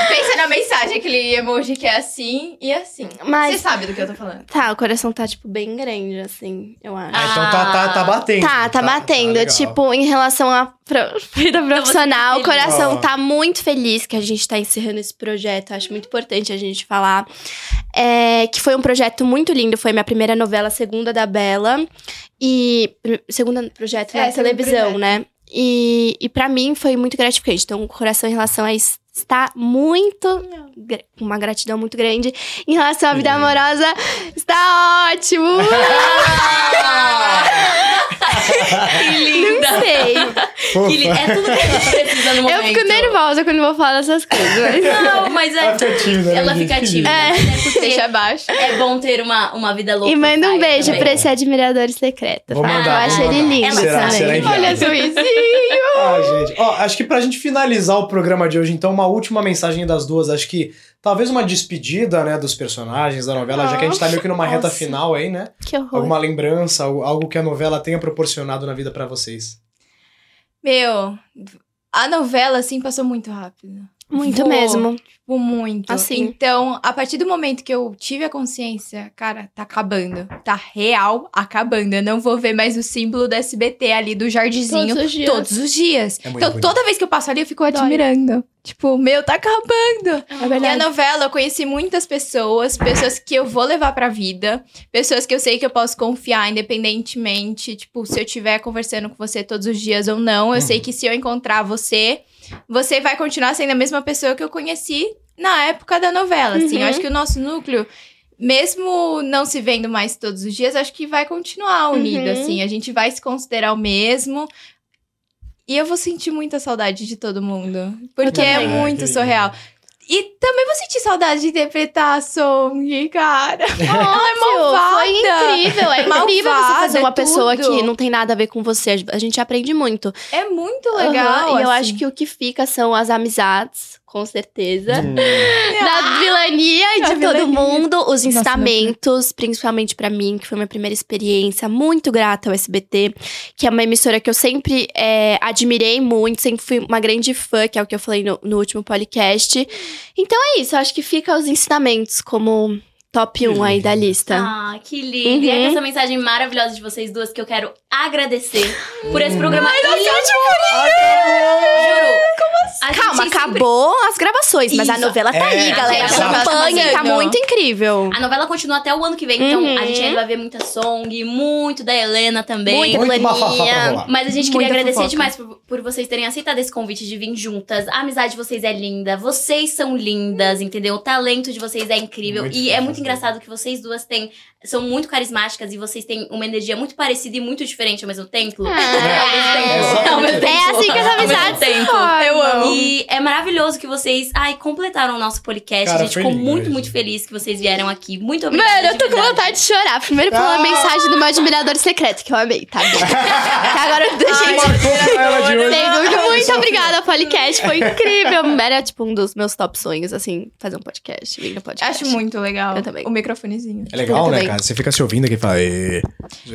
E: Pensa na mensagem, aquele emoji que é assim e assim.
C: Mas-
E: Você sabe do que eu tô falando.
C: Tá, o coração tá, tipo, bem grande, assim, eu acho.
B: Ah, então tá, tá, tá batendo.
C: Tá, tá batendo.
B: legal.
C: tipo, em relação à pro- [laughs] vida profissional, o
A: Então tá feliz.
C: coração
B: Ó.
C: tá muito feliz que a gente tá encerrando esse projeto. Acho muito importante a gente falar. É, que foi um projeto muito lindo. Foi minha primeira novela, segunda da Bela. E. pr- Segunda projeto na
E: É, segundo
C: televisão,
E: projeto.
C: né? E, e para mim foi muito gratificante. Então, o coração em relação a isso está muito. gra- Uma gratidão muito grande. Em relação à vida
B: Sim.
C: amorosa, está ótimo!
A: Que [laughs] linda.
C: Não sei.
B: Fofa. [laughs]
A: Que li- É tudo que a gente precisa no momento.
C: Eu fico nervosa quando vou falar dessas coisas. mas-
B: [laughs]
A: Não, mas é...
B: Ela fica tímida, né,
A: Ela
B: gente?
A: fica
B: Que
A: tímida.
C: lindo.
A: mas
C: [laughs]
A: é porque
E: Deixa abaixo.
A: É bom ter uma, uma vida louca.
C: E manda um
A: Caio,
C: beijo
A: também.
C: pra esse admirador secreto.
B: Vou
C: tá?
B: mandar,
C: eu acho
A: vou
C: ele
B: mandar.
C: lindo
B: Será-
C: também.
B: será enviado?
C: Olha, assim,
B: [laughs]
C: Suizinho.
B: Ah, gente. Ó, acho que pra gente finalizar o programa de hoje, então, uma última mensagem das duas. Acho que talvez uma despedida, né, dos personagens da novela, já que a gente tá meio que numa reta
C: Nossa.
B: final aí, né?
C: Que horror.
B: Alguma lembrança, algo algo que a novela tenha proporcionado na vida pra vocês.
E: Meu, a novela, assim, passou muito rápido.
C: Muito
E: Vou.
C: mesmo.
E: Tipo, muito.
C: Assim.
E: Então, a partir do momento que eu tive a consciência, cara, tá acabando. Tá real acabando. Eu não vou ver mais o símbolo do SBT ali do jardizinho
C: Todos os dias.
E: todos os dias.
B: É muito
E: então,
B: bonito.
E: toda vez que eu passo ali, eu fico
C: Dói.
E: admirando. Tipo, meu, tá acabando.
C: É
E: E a [laughs]
C: verdade.
E: novela, eu conheci muitas pessoas, pessoas que eu vou levar pra vida, pessoas que eu sei que eu posso confiar independentemente. Tipo, se eu estiver conversando com você todos os dias ou não, eu
B: Uhum.
E: sei que se eu encontrar você, você vai continuar sendo a mesma pessoa que eu conheci na época da novela. Assim, eu
C: Uhum.
E: acho que o nosso núcleo. Mesmo não se vendo mais todos os dias, acho que vai continuar unido,
C: Uhum.
E: assim. A gente vai se considerar o mesmo. E eu vou sentir muita saudade de todo mundo. Porque é
B: também.
E: muito surreal. E também vou sentir saudade de interpretar a Song, cara.
C: Óbvio,
E: malvada.
C: foi incrível. É incrível você
E: Malvada,
C: fazer
E: é
C: uma pessoa
E: tudo.
C: que não tem nada a ver com você. A gente aprende muito.
E: É muito legal.
C: Aham, E eu
E: assim.
C: acho que o que fica são as amizades, com certeza.
B: Hum.
C: da vilania e
E: Da
C: de todo
E: vilania.
C: mundo, os
E: Nossa,
C: instamentos, principalmente pra mim, que foi minha primeira experiência, muito grata ao SBT, que é uma emissora que eu sempre é, admirei muito, sempre fui uma grande fã, que é o que eu falei no, no último podcast. Então é isso, eu acho que fica os ensinamentos como top 1 aí da lista.
A: Ah, que lindo. E é
C: Uhum.
A: com essa mensagem maravilhosa de vocês duas que eu quero agradecer por
B: Hum.
A: esse programa. lindo. Juro. A
C: tipo, Calma,
A: gente sempre-
C: acabou as gravações, mas a
A: Isso.
C: novela tá
B: É,
C: aí,
B: a
C: galera.
B: gente tá
C: Acompanhem, tá
E: fazendo.
C: muito incrível.
B: Então,
A: A novela continua até o ano que vem, então
C: Uhum.
A: a gente ainda vai ver muita song, muito da Helena também.
C: Muita
B: Muito bafafá pra
C: Laninha,
B: rolar.
A: Mas a gente queria
E: Muita
A: agradecer
E: fofoca.
A: demais por, por vocês terem aceitado esse convite de vir juntas. A amizade de vocês é linda, vocês são lindas, entendeu? O talento de vocês é incrível.
B: Muito
A: e é
B: fofo.
A: muito engraçado que vocês duas têm, são muito carismáticas e vocês têm uma energia muito parecida e muito diferente ao mesmo tempo.
C: Ah.
A: Ao mesmo tempo.
B: É, exatamente.
A: Ao mesmo tempo.
C: É assim que as
A: Ao mesmo
C: amizades se
A: tempo.
C: formam.
E: Eu Eu amo.
A: E é maravilhoso que vocês, ai, completaram o nosso podcast.
B: Cara,
A: a gente
B: foi
A: ficou
B: lindo
A: muito,
B: mesmo.
A: muito feliz que vocês vieram aqui. Muito obrigada.
C: Mano, eu
A: de
C: tô com
A: verdade.
C: vontade de chorar. Primeiro pela
B: Ah!
C: mensagem do meu admirador secreto, que eu amei, tá bom. Que agora, gente,
B: Marcou pra ela de hoje.
C: sem dúvida, muito obrigada, podcast. Foi incrível. Era, tipo, um dos meus top sonhos, assim, fazer um podcast, vir no podcast.
E: Acho muito legal.
C: Eu também.
E: O microfonezinho.
B: É legal,
C: Eu
B: né,
C: também.
B: cara? Você fica se ouvindo aqui e fala. "Ê".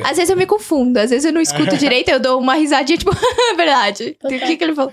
E: Às vezes eu me confundo, às vezes eu não
B: [laughs]
E: escuto direito, eu dou uma risadinha, tipo, [laughs] verdade. O que, que ele falou?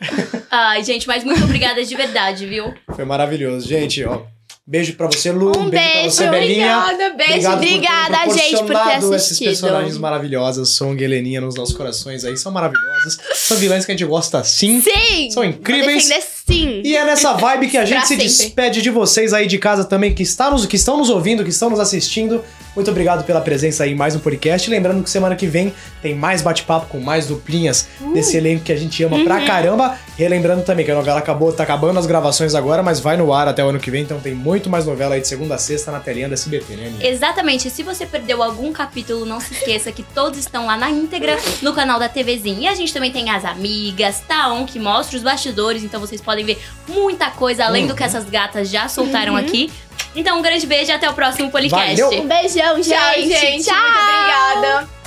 A: Ai, gente, mas muito obrigada de verdade, viu?
B: Foi maravilhoso. Gente, ó. Beijo pra você, Lu.
C: Um
B: beijo, pra
C: beijo,
B: você, é Belinha.
E: Obrigada, beijo.
B: Obrigado por ter
C: Obrigada, gente, por ter
B: proporcionado Esses
C: assistido.
B: personagens maravilhosos, Song e Heleninha nos nossos corações aí, são maravilhosas. São vilãs que a gente gosta sim.
C: Sim!
B: São incríveis.
C: Defender sim.
B: E é nessa vibe que a gente
E: [laughs] Pra
B: se
E: sempre.
B: despede de vocês aí de casa também, que, está nos, que estão nos ouvindo, que estão nos assistindo. Muito obrigado pela presença aí em mais um podcast. Lembrando que semana que vem tem mais bate-papo com mais duplinhas
E: Uh.
B: desse elenco que a gente ama
E: Uhum.
B: pra caramba. Relembrando também que a novela acabou, tá acabando as gravações agora, mas vai no ar até o ano que vem, então tem muito mais novela aí de segunda a sexta na telinha da SBT, né, Aninha?
A: Exatamente. Se você perdeu algum capítulo, não se esqueça que todos estão lá na íntegra no canal da TVzinha. E a gente também tem as amigas, tá on, que mostra os bastidores, então vocês podem ver muita coisa além
B: Uhum.
A: do que essas gatas já
C: Uhum.
A: soltaram aqui. Então, um grande beijo e até o próximo podcast.
B: Valeu!
C: Um beijão,
E: Tchau, gente.
C: Tchau.
E: Muito obrigada.
D: tá